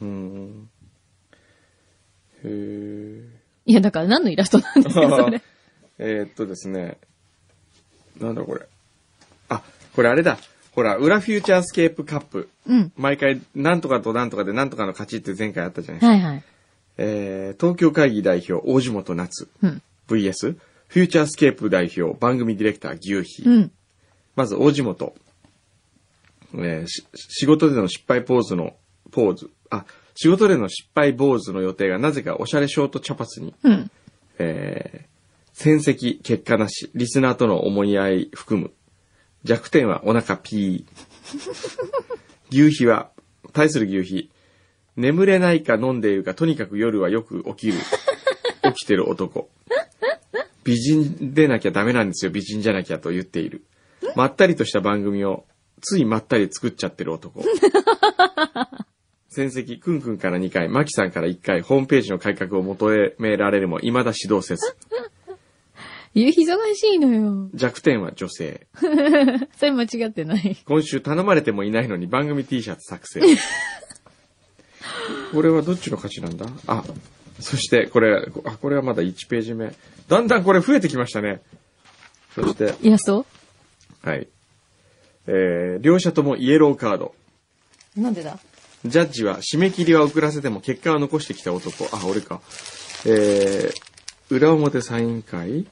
S2: うんへえ。
S3: いや、だから何のイラストなんですか、それ。
S2: えーっとですね。なんだこれ。あ、これあれだ。ほら、裏フューチャースケープカップ。
S3: うん。
S2: 毎回、なんとかとなんとかでなんとかの勝ちって前回あったじゃないですか。
S3: はいはい。
S2: えー東京会議代表、大地元夏。
S3: うん。
S2: VS、フューチャースケープ代表、番組ディレクター、牛皮。
S3: うん。
S2: まず、大地元。えーし仕事での失敗ポーズの、ポーズ。あ、仕事での失敗坊主の予定がなぜかおしゃれショート茶髪に、
S3: うん。
S2: えー戦績、結果なし、リスナーとの思い合い含む。弱点はお腹 ピー。牛皮は、対する牛皮。眠れないか飲んでいるか、とにかく夜はよく起き る。起きてる男。美人でなきゃダメなんですよ、美人じゃなきゃと言っている。まったりとした番組を、ついまったり作っちゃってる男。戦績、くんくんから2回、まきさんから1回、ホームページの改革を求められるも、未だ指導せず。
S3: 夕日忙しいのよ。
S2: 弱点は女性。
S3: それ間違ってない。
S2: 今週頼まれてもいないのに番組 T シャツ作成。これはどっちの勝ちなんだあ、そしてこれ、あ、これはまだ1ページ目。だんだんこれ増えてきましたね。そして、
S3: イラスト
S2: はい。えー、両者ともイエローカード。
S3: なんでだ
S2: ジャッジは締め切りは遅らせても結果は残してきた男。あ、俺か。えー、裏表サイン会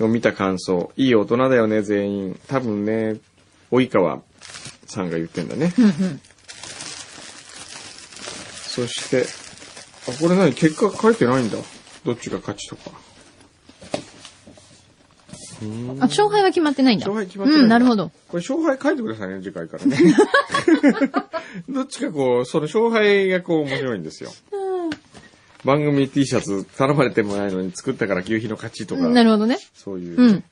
S2: を見た感想。いい大人だよね、全員。多分ね、及川さんが言ってんだね。そして、あ、これ何結果書いてないんだ。どっちが勝ちとか。
S3: あ、勝敗は決まってないんだ。
S2: 勝敗決まってない
S3: う
S2: んだ
S3: ん、なるほど。
S2: これ勝敗書いてくださいね、次 回からね。どっちかこう、その勝敗がこう面白いんですよ。番組 T シャツ頼まれてもないのに作ったから牛皮の勝ちとか、
S3: うんなるほどね。
S2: そういう。
S3: うん。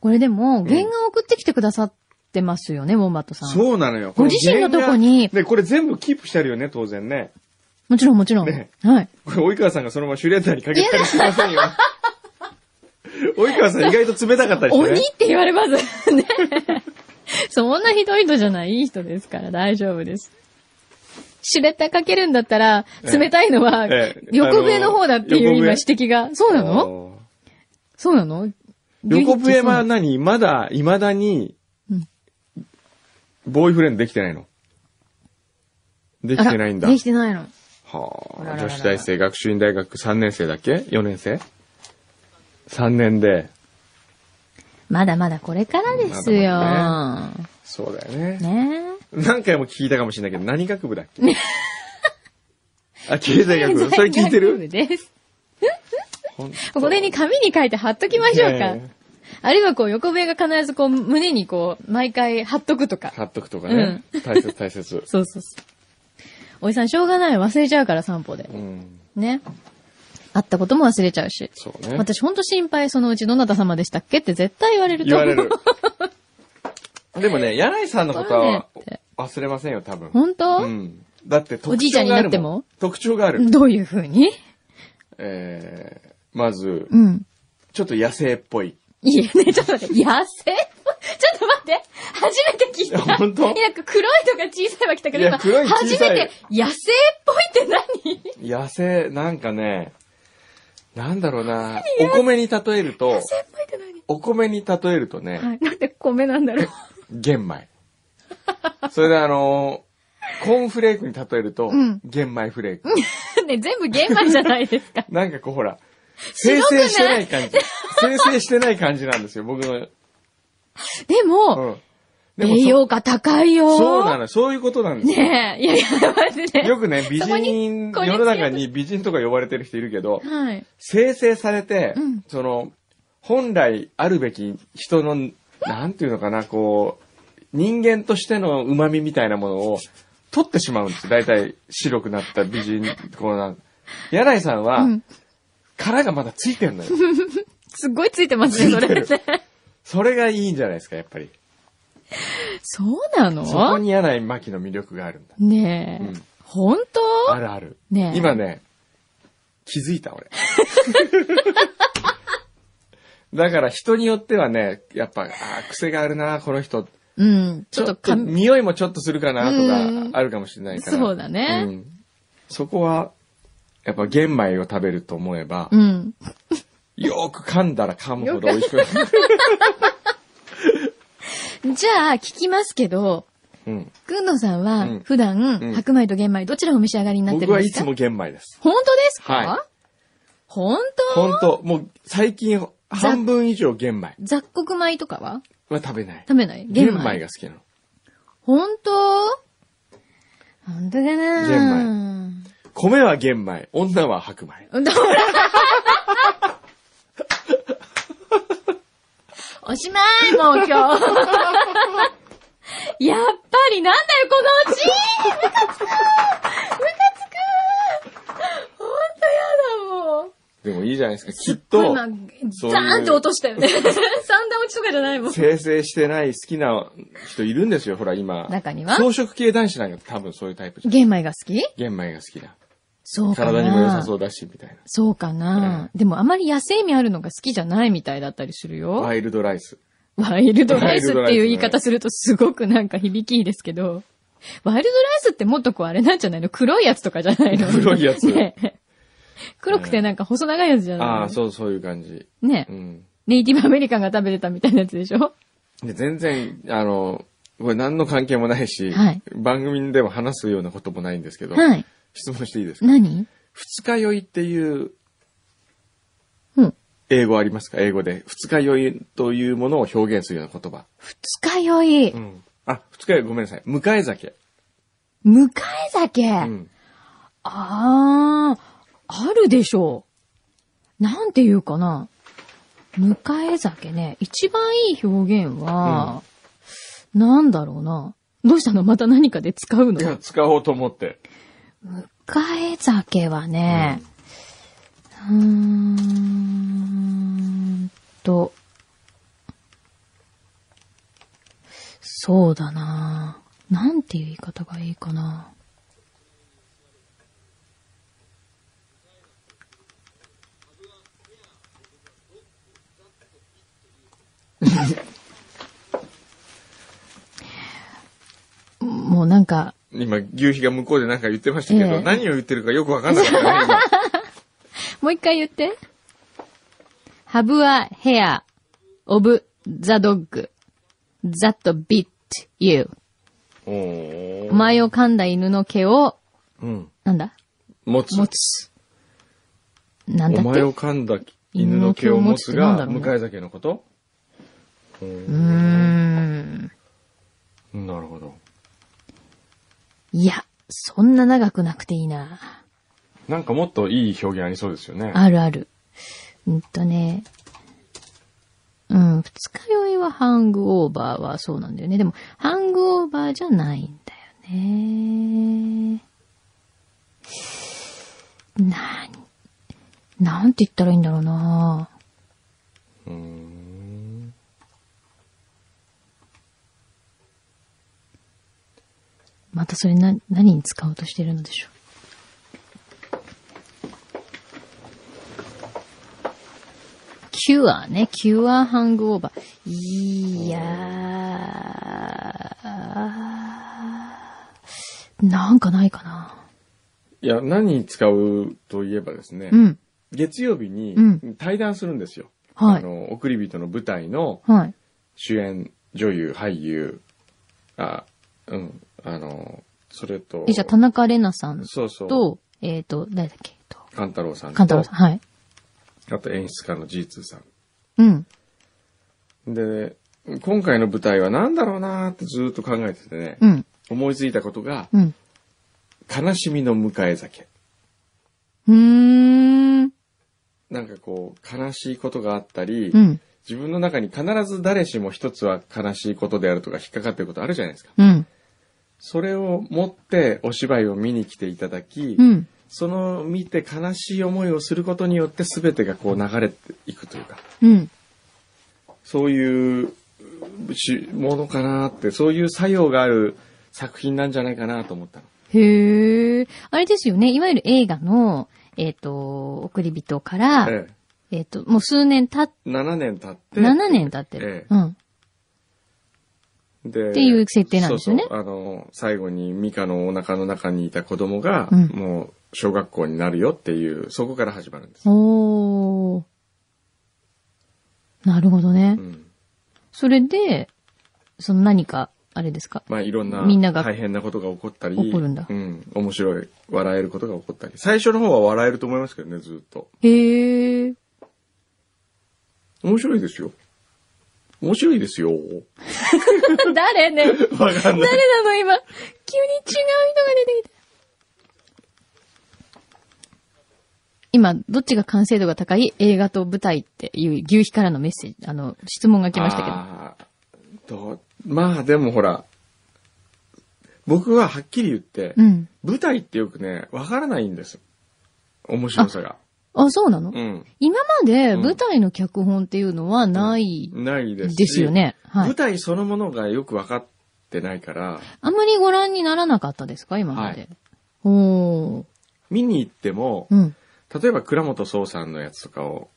S3: これでも、原画を送ってきてくださってますよね、ウォンバットさん。
S2: そうなのよ。
S3: ご自身のとこに
S2: で、これ全部キープしてあるよね、当然ね。
S3: もちろん、もちろん。
S2: ね
S3: はい。
S2: これ、及川さんがそのままシュレーダーにかけたりしませ んよ。及川さん意外と冷たかったりし
S3: 鬼
S2: て
S3: っ
S2: ね。
S3: て言われます。 ね。そんなひどい人じゃない、いい人ですから大丈夫です。シュレッダーかけるんだったら、
S2: ええ
S3: 冷たいのは
S2: ええ、
S3: 横笛の方だっていう
S2: あの
S3: 今指摘が。そうなの
S2: おー
S3: そうなの
S2: 横笛は
S3: は
S2: 何まだ、未だに
S3: うん、
S2: ボーイフレンドできてないのできてないんだ。
S3: できてないの。
S2: は
S3: あら
S2: あ、
S3: らら
S2: 女子大生、学習院大学3年生だっけ ?4 年生 ?3 年で、
S3: まだまだこれからですよ。
S2: まだそうだよね。
S3: ね
S2: 何回も聞いたかもしれないけど、何学部だっけ あ、経済
S3: え。
S2: 学部。それ聞い てる
S3: です。
S2: ほんと
S3: これに紙に書いて貼っときましょうか。
S2: ね
S3: あるいはこう横目が必ずこう胸にこう毎回貼っとくとか。
S2: 貼っとくとかね。大切大切。
S3: そうそうそう。おじさんしょうがない。忘れちゃうから散歩で
S2: う。ん。
S3: ね。会ったことも忘れちゃうし。
S2: そうね。
S3: 私ほんと心配、そのうちどなた様でしたっけって絶対言われると
S2: 言
S3: 思
S2: わ
S3: う。
S2: れる。 でもね、柳井さんのことは
S3: そうね
S2: 忘れませんよ、多分。
S3: 本当、
S2: うん。だって
S3: お
S2: 特徴があるもん。
S3: じいちゃんになっても
S2: 特徴がある。
S3: どういう風に
S2: えー、まず、
S3: うん。
S2: ちょっと野生っぽい。
S3: いいね、 ちょっと待って、痩せちょっと待って、初めて聞い
S2: いや
S3: た。
S2: 本当
S3: いや、黒いとか小さいは来たけど、
S2: いや
S3: 今、
S2: 黒い小さい
S3: 初めて、野生っぽいって何
S2: 野生、なんかね、なんだろうな。お米に例えると
S3: 野、生っぽいって何
S2: お米に例えるとね、
S3: はい。なんで米なんだろう。
S2: 玄米。それであのーコーンフレークに例えると、
S3: うん
S2: 玄米フレーク。
S3: ね、全部玄米じゃないです か。
S2: なんかこうほら、生
S3: 白くない
S2: 成してない感じ。生成してない感じなんですよ、僕の。
S3: でも、
S2: うん。
S3: 栄養価高いよ。
S2: そそうなの、そういうことなんですよ。
S3: ねえ、いやいや、マジで。
S2: よくね、美
S3: そこ
S2: 人、
S3: にこ
S2: 世
S3: れ強い
S2: の中に美人とか呼ばれてる人いるけど、
S3: はい。
S2: 生成されて、
S3: うん
S2: その、本来あるべき人の、なんていうのかな、こう、人間としての旨味みたいなものを取ってしまうんですよ。大体白くなった美人、こうなん。柳井さんは、
S3: うん
S2: 殻がまだついてんのよ。
S3: すっごいついてますね、それ
S2: つい
S3: ね。
S2: それがいいんじゃないですか、やっぱり。
S3: そうな
S2: そこ
S3: の
S2: に柳井真紀の魅力があるんだ。
S3: ねえ。
S2: うん
S3: 本当
S2: あるある。
S3: ねえ
S2: 今ね、気づいた俺。 だから人によってはね、やっぱ、あー癖があるな、この人。
S3: うん。ちょっと
S2: か
S3: か、
S2: 匂いもちょっとするかな、
S3: う
S2: と
S3: ん
S2: か、あるかもしれないから。
S3: そうだね
S2: んそこは、やっぱ玄米を食べると思えば
S3: う、ん。
S2: よーく噛んだら噛むほど美味しくなる。
S3: じゃあ、聞きますけど、
S2: うん、
S3: くんのさん
S2: う
S3: は
S2: ん
S3: 普
S2: うん
S3: 段、白米と玄米どちらをお召し上がりになって
S2: 僕
S3: るん
S2: は
S3: で
S2: い
S3: すか
S2: つも玄米です。
S3: 本当ですか、
S2: は
S3: 本当
S2: 本当もう最近半分以上玄米
S3: 雑穀米とかは
S2: は食べない。
S3: 食べない
S2: 玄
S3: 玄米。
S2: 米が好きなの。
S3: 本当本当かな
S2: 玄米は玄米、女は白米。
S3: うんだほら おしまい、もう今日。 やっぱりなんだよ、このうちムカつくムカつく本当やだ、もう。
S2: でもいいじゃないですか。きっ
S3: 今
S2: と、そういう
S3: ザーンって落としたよね。 三段落ちとかじゃないもん。
S2: 生成してない好きな人いるんですよ、ほら今。
S3: 中には
S2: 草食系男子なんか多分そういうタイプじゃん。
S3: 玄米が好き
S2: 玄米が好きな。
S3: そうかな。
S2: 体にも良さそうだし、みたい
S3: そうかな。でもあまり野生味あるのが好きじゃないみたいだったりするよ。
S2: な。ワイルドライス。
S3: ワイルドライスって
S2: ワイルドライス
S3: いう
S2: ね
S3: 言い方するとすごくなんか響きいいですけど、ワイルドライスってもっとこうあれなんじゃないの黒いやつとかじゃないの
S2: 黒いやつ
S3: ね黒くてなんか細長いやつじゃないの、
S2: ああ、そう、そういう感じ。
S3: う。ね
S2: うん。
S3: ネイティブアメリカンが食べてたみたいなやつでしょ
S2: で全然、あの、これ何の関係もないし、
S3: はい
S2: 番組でも話すようなこともないんですけど、
S3: はい。
S2: 質問していいですか
S3: 何
S2: 二日酔いっていう
S3: うん。
S2: 英語ありますか英語で。二日酔いというものを表現するような言葉。
S3: 二日酔い。
S2: あ、二日酔いごめんなさい。迎え酒。
S3: 迎え酒。
S2: うん。
S3: あー、あるでしょう。なんていうかな。迎え酒ね。一番いい表現は、なんだろうな。どうしたのまた何かで使うの
S2: いや使おうと思って。
S3: 迎え酒はね、うーんと、そうだななんていう言い方がいいかなもうなんか、
S2: 今、牛皮が向こうでなんか言ってましたけど、
S3: ええ
S2: 何を言ってるかよくわかんなかったね、
S3: もう一回言って。Have a hair of the dog that bit you.
S2: 今。お
S3: お前を噛んだ犬の毛を、
S2: うん。
S3: なんだ
S2: 持つ。
S3: 持つ。なんだ
S2: お
S3: っ
S2: 前
S3: て
S2: を噛んだ犬の毛を持
S3: 犬の毛を持つ
S2: つが、
S3: ってなんだろうね
S2: 迎え酒のこと
S3: うーん。
S2: なるほど。
S3: いや、そんな長くなくていいな。
S2: なんかもっといい表現ありそうですよね。
S3: あるある。うんとね。うん、二日酔いはハングオーバーはそうなんだよね。でも、ハングオーバーじゃないんだよね。なに、なんて言ったらいいんだろうなまたそれな、何に使おうとしてるのでしょう。昨キュアね、キュアハングオーバー。いやー。なんかないかな。
S2: いや、何に使うといえばですね、
S3: うん。
S2: 月曜日に
S3: うん
S2: 対談するんですよ。
S3: はい
S2: あの、送り人の舞台の
S3: はい。
S2: 主演、女優、俳優、あ、うん、あの、それと、
S3: え、じゃあ、田中玲奈さん
S2: そうそう、
S3: と、えっ、と、誰だっけえっと、
S2: 勘太郎さんと、
S3: 勘太郎さん。はい。
S2: あと演出家の G2 さん。
S3: うん。
S2: で、今回の舞台は何だろうなーってずーっと考えててね、
S3: うん。
S2: 思いついたことが、
S3: うん。
S2: 悲しみの迎え酒。
S3: うーん。
S2: なんかこう、悲しいことがあったり、
S3: うん。
S2: 自分の中に必ず誰しも一つは悲しいことであるとか引っかかってることあるじゃないですか。
S3: うん。
S2: それを持ってお芝居を見に来ていただき、
S3: うん。
S2: その見て悲しい思いをすることによって全てがこう流れていくというか、
S3: うん。
S2: そういうしものかなって、そういう作用がある作品なんじゃないかなと思ったの。
S3: へえ。あれですよね。いわゆる映画の、えっ、と、送り人から、
S2: え
S3: えっ、と、もう数年経っ、
S2: え、7年経って。
S3: 7年経ってる
S2: え。
S3: うん。
S2: で
S3: っていう設定なんですよね
S2: そうそうあの、最後にミカのお腹の中にいた子供が、
S3: うん
S2: もう小学校になるよっていう、そこから始まるんです。
S3: おー。なるほどね
S2: う。ん
S3: それで、その何か、あれですか。
S2: まあいろんな
S3: みんなが
S2: 大変なことが起こったり、
S3: 起こるんだ
S2: うん、面白い、笑えることが起こったり。最初の方は笑えると思いますけどね、ずっと。
S3: へ え。
S2: 面白いですよ。面白いですよ。
S3: 誰ね。
S2: わかんない。
S3: 誰なの今。急に違う人が出てきた。今、どっちが完成度が高い映画と舞台っていう牛皮からのメッセージ、あの、質問が来ましたけど。
S2: あーどうまあでもほら、僕ははっきり言って、
S3: うん。
S2: 舞台ってよくね、わからないんです。面白さが。
S3: あ、そうなの、
S2: うん。
S3: 今まで
S2: うん
S3: 舞台の脚本っていうのはない
S2: ないですし
S3: ですよ。ね。は
S2: 舞
S3: い。
S2: 台そのものがよく分かってないから、
S3: あんまりご覧にならなかったですか今まで。おー。
S2: 見に行っても、
S3: うん。
S2: 例えば倉本壮さんのやつとかを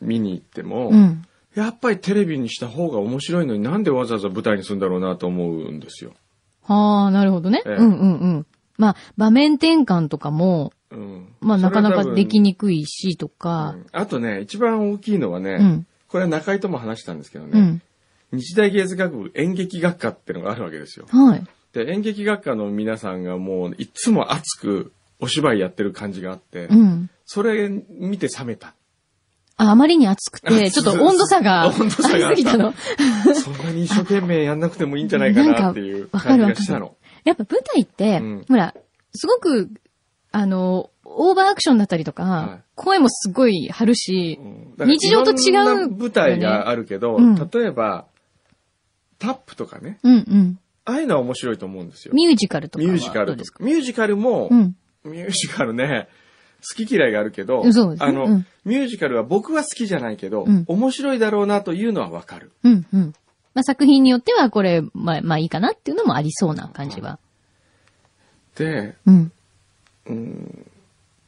S2: 見に行っても、
S3: うん。
S2: やっぱりテレビにした方が面白いのになんでわざわざ舞台にするんだろうなと思うんですよ。
S3: はあ、なるほどね。
S2: ええ
S3: うんうんうん。まあ、場面転換とかも、
S2: うん。
S3: まあ、なかなかでき
S2: に
S3: にくいしとか、
S2: あとね、一番大きいのはね、
S3: うん
S2: これは中井とも話したんですけど
S3: う
S2: ね、
S3: ん。
S2: 日大芸術学部演劇学科ってのがあるわけですよ。
S3: はい。
S2: で、演劇学科の皆さんがもういつも熱くお芝居やってる感じがあって、
S3: うん。
S2: それ見て冷めた。
S3: ああまりに暑く て、ちょっと温度差があ
S2: 温
S3: り
S2: 度差が
S3: すぎたの。
S2: そんなに一生懸命やんなくてもいいんじゃないかなっていう
S3: なんかわか
S2: 感
S3: る
S2: じ
S3: わかる
S2: がしたの。
S3: やっぱ舞台って、
S2: うん
S3: ほら、すごく、あの、オーバーアクションだったりとか、
S2: はい
S3: 声もすごい張るし、
S2: うんだから
S3: 日常と違う
S2: いろんな舞台があるけど、
S3: うん
S2: 例えば、タップとかね、
S3: うんうん。
S2: ああいうのは面白いと思うんですよ。
S3: ミュージカルとか
S2: ミ
S3: は
S2: ュージカ
S3: ど
S2: ル
S3: うで
S2: と
S3: すか
S2: か。ミュージカルも、
S3: うん。
S2: ミュージカルね、好き嫌いがあるけど、
S3: そうですね
S2: あの、
S3: うん
S2: ミュージカルは僕は好きじゃないけど、
S3: うん
S2: 面白いだろうなというのはわかる。
S3: うんうん。まあ、作品によってはこれ、まあ、まあいいかなっていうのもありそうな感じは。
S2: で、
S3: うん。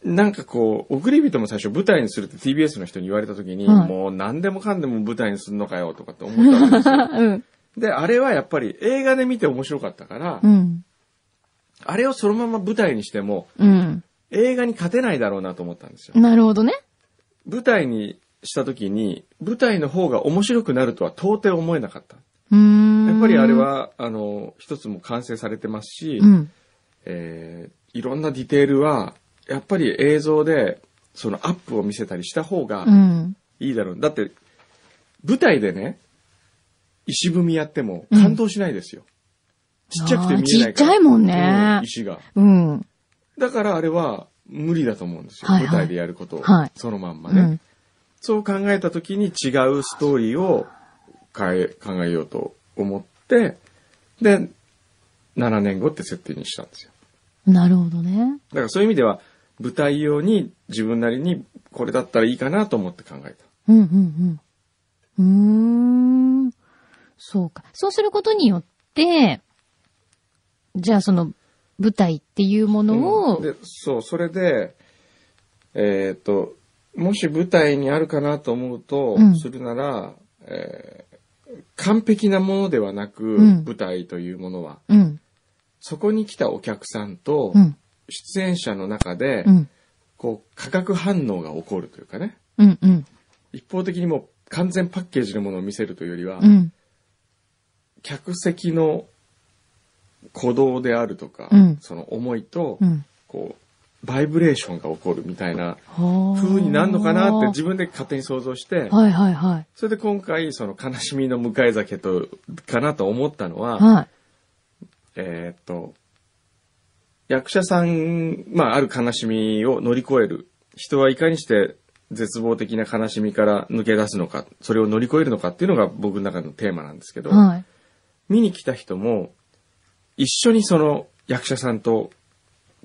S2: なんかこう、送り人も最初舞台にするって TBS の人に言われた時に、
S3: はい
S2: もう何でもかんでも舞台にするのかよとかって思ったわけ ですよ。
S3: うん。
S2: で、あれはやっぱり映画で見て面白かったから、
S3: うん。
S2: あれをそのまま舞台にしても
S3: うん。
S2: 映画に勝てないだろうなと思ったんですよ。
S3: なるほどね。
S2: 舞台にした時に舞台の方が面白くなるとは到底思えなかった。
S3: うーん。
S2: やっぱりあれ、は、あの、一つも完成されてますし、
S3: うん。
S2: えーいろんなディテールは、やっぱり映像でそのアップを見せたりした方が
S3: うん。
S2: いいだろう。だって、舞台でね、石踏みやっても感動しないですよ。ちっちゃくて見え
S3: あ
S2: ないから。
S3: ーちっちゃいもんね
S2: うん石が。
S3: うん。
S2: だからあれは無理だと思うんですよ。
S3: はいはい
S2: 舞台でやることを。
S3: はい
S2: そのまんま
S3: う
S2: ね。
S3: ん。
S2: そう考えた時に違うストーリーを変え、考えようと思って、で、7年後って設定にしたんですよ。
S3: なるほどね。
S2: だからそういう意味では、舞台用に自分なりにこれだったらいいかなと思って考えた。
S3: うんうんうん。うーん。そうか。そうすることによって、じゃあその舞台っていうものを、
S2: でそう、それで、えっ、と、もし舞台にあるかなと思うと、
S3: うん
S2: するなら、えー完璧なものではなく、
S3: ん
S2: 舞台というものは、
S3: うん。
S2: そこに来たお客さんと
S3: う、ん。
S2: 出演者の中で、
S3: うん。
S2: こう、化学反応が起こるというかね、
S3: うん。うん。
S2: 一方的にもう完全パッケージのものを見せるというよりは、
S3: うん。
S2: 客席の鼓動であるとか、
S3: うん
S2: その思いと、
S3: うん。
S2: こう、バイブレーションが起こるみたいな風
S3: 風
S2: になるのかなって自分で勝手に想像して、
S3: はいはいはい。
S2: それで今回、その悲しみの向かい酒と、かなと思ったのは、
S3: はい。
S2: えーっと、役者さん、まあ、ある悲しみを乗り越える。人はいかにして絶望的な悲しみから抜け出すのか、それを乗り越えるのかっていうのが僕の中のテーマなんですけど、
S3: はい。
S2: 見に来た人も、一緒にその役者さんと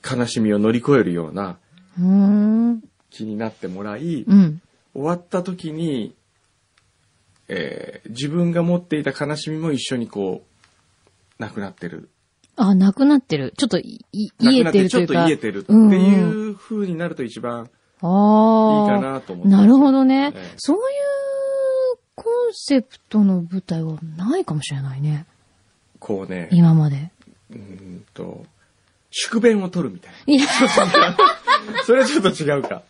S2: 悲しみを乗り越えるような
S3: うーん。
S2: 気になってもらい、
S3: うん。
S2: 終わった時に、えー自分が持っていた悲しみも一緒にこう、なくなってる。
S3: あ、なくなってる。ちょっとい、い、
S2: なく
S3: 癒え
S2: なって
S3: ると
S2: てち
S3: い
S2: ょ
S3: う
S2: っと
S3: か。
S2: 癒えてるってい
S3: んん。
S2: う風になると一番いい
S3: ああ。
S2: かなと思って。
S3: なるほどね。
S2: ええ
S3: そういうコンセプトの舞台はないかもしれないね。
S2: こうね、
S3: 今まで。
S2: うーんと、宿便を取るみたい
S3: いや、
S2: な。 それはちょっと違うか。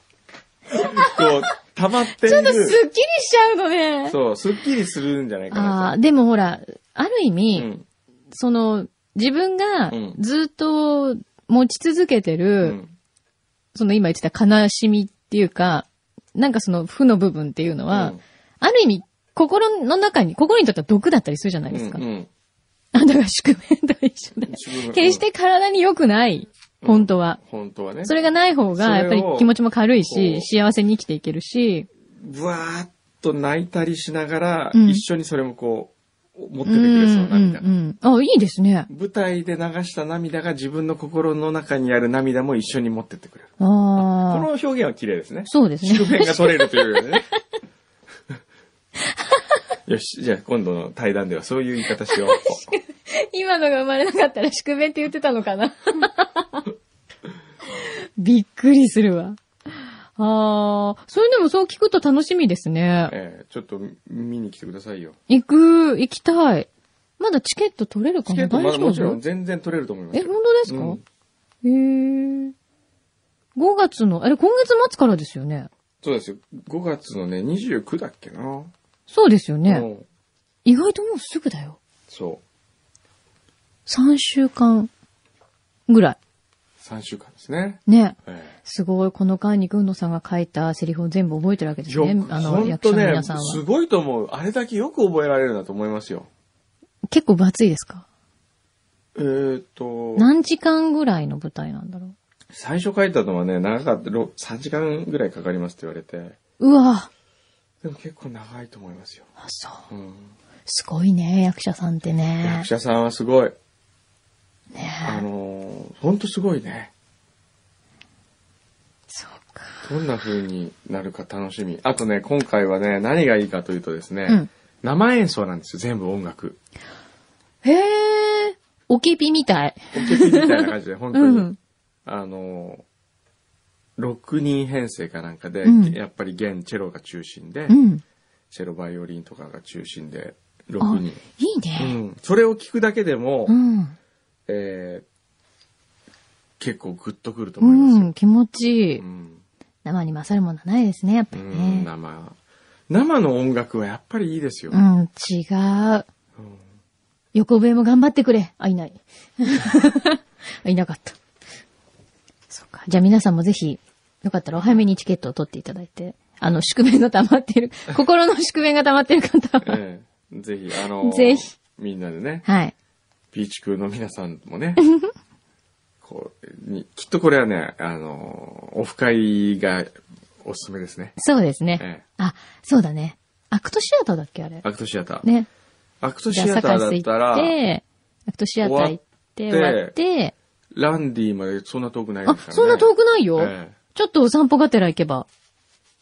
S2: こう、溜まっている。
S3: ちょっとスッキリしちゃうのね。
S2: そう、すっきりするんじゃないか
S3: あ
S2: な
S3: あ、でもほら、ある意
S2: と。
S3: 味、
S2: うん。
S3: その、自分が
S2: うん
S3: ずっと持ち続けて
S2: う
S3: る、
S2: ん。
S3: その今言ってた悲しみっていうか、なんかその負の部分っていうのは、
S2: うん
S3: ある意味、心の中に、心にとっては毒だったりするじゃないですか。
S2: う んうん
S3: あ、だから宿命と一緒だよ。
S2: 宿便
S3: 決して体に良くない、
S2: うん
S3: 本当は。
S2: 本当はね。
S3: それがない方
S2: それ
S3: が、
S2: を
S3: やっぱり気持ちも軽い
S2: こ
S3: し、
S2: う
S3: 幸せに生きていけるし、
S2: ぶわーっと泣いたりしながら、
S3: うん
S2: 一緒にそれもこう、持っ
S3: う
S2: て
S3: ん
S2: て
S3: う
S2: くれそうんな、みたいな。
S3: うん。あ、いいですね。
S2: 舞台で流した涙が自分の心の中にある涙も一緒に持ってってくれる。
S3: あ
S2: この
S3: あ。
S2: 表現は綺麗ですね。
S3: そうです
S2: 宿
S3: ね。
S2: 便が取れるとい うね。よし、じゃあ今度の対談ではそういう言い方しよう。
S3: 今のが生まれなかったら宿命って言ってたのかな。 びっくりするわ。ああ、それでもそう聞くと楽しみですね。
S2: えーちょっと見に来てくださいよ。
S3: 行く、行きたい。まだチケット取れるか
S2: チケ
S3: な
S2: ットま
S3: 大
S2: だ
S3: 丈
S2: もちろ
S3: 夫
S2: ん全然取れると思います
S3: え、
S2: よ。
S3: 本当ですか、
S2: うん
S3: へえ。5月の、あれ、今月末からですよね。
S2: そうですよ。5月のね、29だっけな。
S3: そうですよ
S2: う
S3: ね。
S2: ん
S3: 意外ともうすぐだよ。
S2: そう。
S3: 3週間ぐら
S2: 3週間ですね。
S3: い。ね。
S2: え
S3: すごい、この間に軍野さんが書いたセリフを全部覚えてるわけで
S2: え
S3: すね。あの、
S2: 本
S3: 役
S2: 当
S3: 者の
S2: ね
S3: 皆、さん
S2: す
S3: は。
S2: ごいと思う。あれだけよく覚えられるなと思いますよ。
S3: 結構分厚いですか
S2: えーっと、
S3: 何時間ぐらいの舞台なんだろ
S2: 最初書いたのはね、長かった、ろ3時間ぐらいかかりますって言われて、
S3: う。うわ
S2: でも結構長いと思いますよ。
S3: あ、そう。
S2: うん、
S3: すごいね、役者さんってね
S2: 役。者さんはすごい。あ
S3: ね
S2: のー、ほんとすごいね。
S3: そうか。
S2: どんな風になるか楽しみ。あとね、今回はね、何がいいかというとですね、
S3: うん
S2: 生演奏なんですよ、全部音楽。
S3: へえ、おけびみたい。
S2: オケピみたいな 感じで、本当に。
S3: うん
S2: あのー、6人編成かなんかで、
S3: うん
S2: やっぱり弦、チェロが中心で、
S3: うん。
S2: チェロ、バイオリンとかが中心で、
S3: あ
S2: 6人。、
S3: いいうね。
S2: ん。それを聞くだけでも、
S3: うん。
S2: えー結構グッとくると思います
S3: う
S2: よ
S3: ん、。気持ちいい。
S2: うん。
S3: 生に勝るものはないですね、やっぱ
S2: う
S3: り
S2: ん、
S3: ね。
S2: 生。生の音楽はやっぱりいいですよ。
S3: うん、違う。
S2: うん
S3: 横笛も頑張ってくれ。あ、い ない。あいなかった。そうか。じゃあ皆さんもぜひ、よかったらお早めにチケットを取っていただいて、あの、宿命の溜ま ってる、心の宿命が溜まってる方は、
S2: ええぜひ、あの、
S3: ぜひ
S2: みんなでね、
S3: はい。
S2: ピーチクの皆さん もね、こうに、きっとこれはね、あの、オフ会がおすすめですね。
S3: そうですね。
S2: ええ
S3: あ、そうだね。アクトシアターだっけあれ。
S2: アクトシアター。
S3: ね。
S2: アクト
S3: じ
S2: シ
S3: ゃあ、
S2: アターだ
S3: 坂
S2: っ
S3: 井
S2: た
S3: 行っ
S2: ら、
S3: て、アクトシアター行って、
S2: 終わって
S3: 終わって、
S2: ランディまでそんな遠くないです
S3: あ
S2: からね。、
S3: そんな遠くないよ。
S2: ええ
S3: ちょっとお散歩がてら行けば、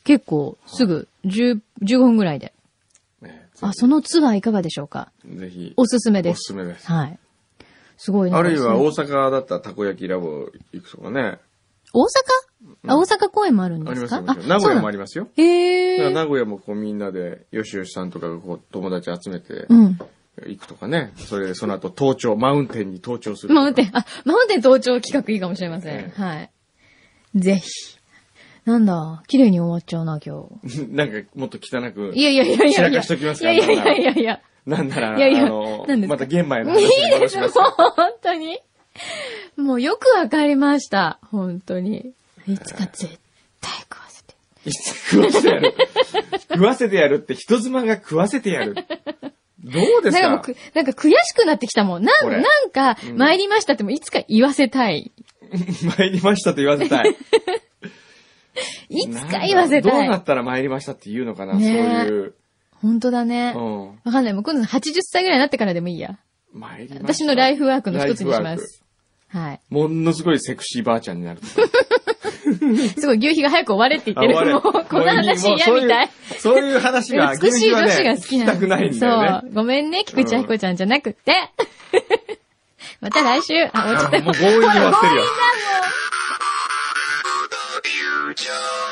S3: 結構すぐ、10、15分ぐらいで。
S2: ええ
S3: あ、そのツアーいかがでしょうか
S2: ぜひ、
S3: おすすめで
S2: お
S3: す。
S2: すすめです。
S3: はい。すごいね。
S2: あるいは
S3: そう
S2: 大阪だったらたこ焼きラボ行くとかね。
S3: 大阪あ、大阪公演もあるん
S2: あ
S3: で
S2: り
S3: すか
S2: ますよ。もちろん名古屋もあ
S3: り
S2: りますよ。だか
S3: へ
S2: ら
S3: え。
S2: 名古屋もこうみんなで、よしよしさんとかがこう友達集めて
S3: うん。
S2: 行くとかね。それでその後登頂、マウンテンに登頂する。
S3: マウンテン、あ、マウンテン登頂企画いいかもしれません。
S2: ええ
S3: はい。ぜひ。なんだ、綺麗に終わっちゃうな、今日。
S2: ン。 なんかもっと汚く。
S3: いやいやいやいやいや。
S2: 散らかしときますか
S3: いやいやいやいやいや。
S2: なんなら、
S3: いやいや
S2: あの
S3: 何です、か
S2: また玄米の
S3: い
S2: 話
S3: い
S2: に
S3: で
S2: 戻
S3: す、
S2: し
S3: もう
S2: ますよ。
S3: 本当に。もうよくわかりました。本当に。いつか絶対食わせて。
S2: いつ食わせてやる。食わせてやるって人妻が食わせてやる。どう
S3: な
S2: です
S3: ん
S2: か
S3: かもうく、なんか悔しくなってきたもん。なん、
S2: これ
S3: なんか、
S2: うん
S3: 参りましたってもいつか言わせたい。
S2: 参りましたと言わせたい。
S3: いつか言わせ
S2: なんだどうな
S3: たい。
S2: ったら参りましたって言うのかな、そう
S3: ねえ
S2: いう。
S3: 本当だね。わ
S2: うん。
S3: かんない。もう今度80歳ぐらいになってからでもいいや。
S2: 参りました。
S3: 私のライフワークの一つにし
S2: ライ
S3: ま
S2: フワーク
S3: す。はい。
S2: ものすごいセクシーばあちゃんになる。
S3: すごい、牛皮が早く終われって言って
S2: あ終
S3: る。も
S2: わ
S3: う、
S2: れ
S3: この話
S2: もう
S3: 嫌みたい。
S2: そういうそういう話が、
S3: 美しい女子が好き
S2: 牛乳はね聞き
S3: な
S2: たくないんだよ
S3: そ
S2: ね。
S3: う。ごめんね、菊池亜希子ちゃんじゃなくて。 また来週。あ、落ち
S2: あ
S3: た。
S2: もう強引に終わってるよ。
S4: future.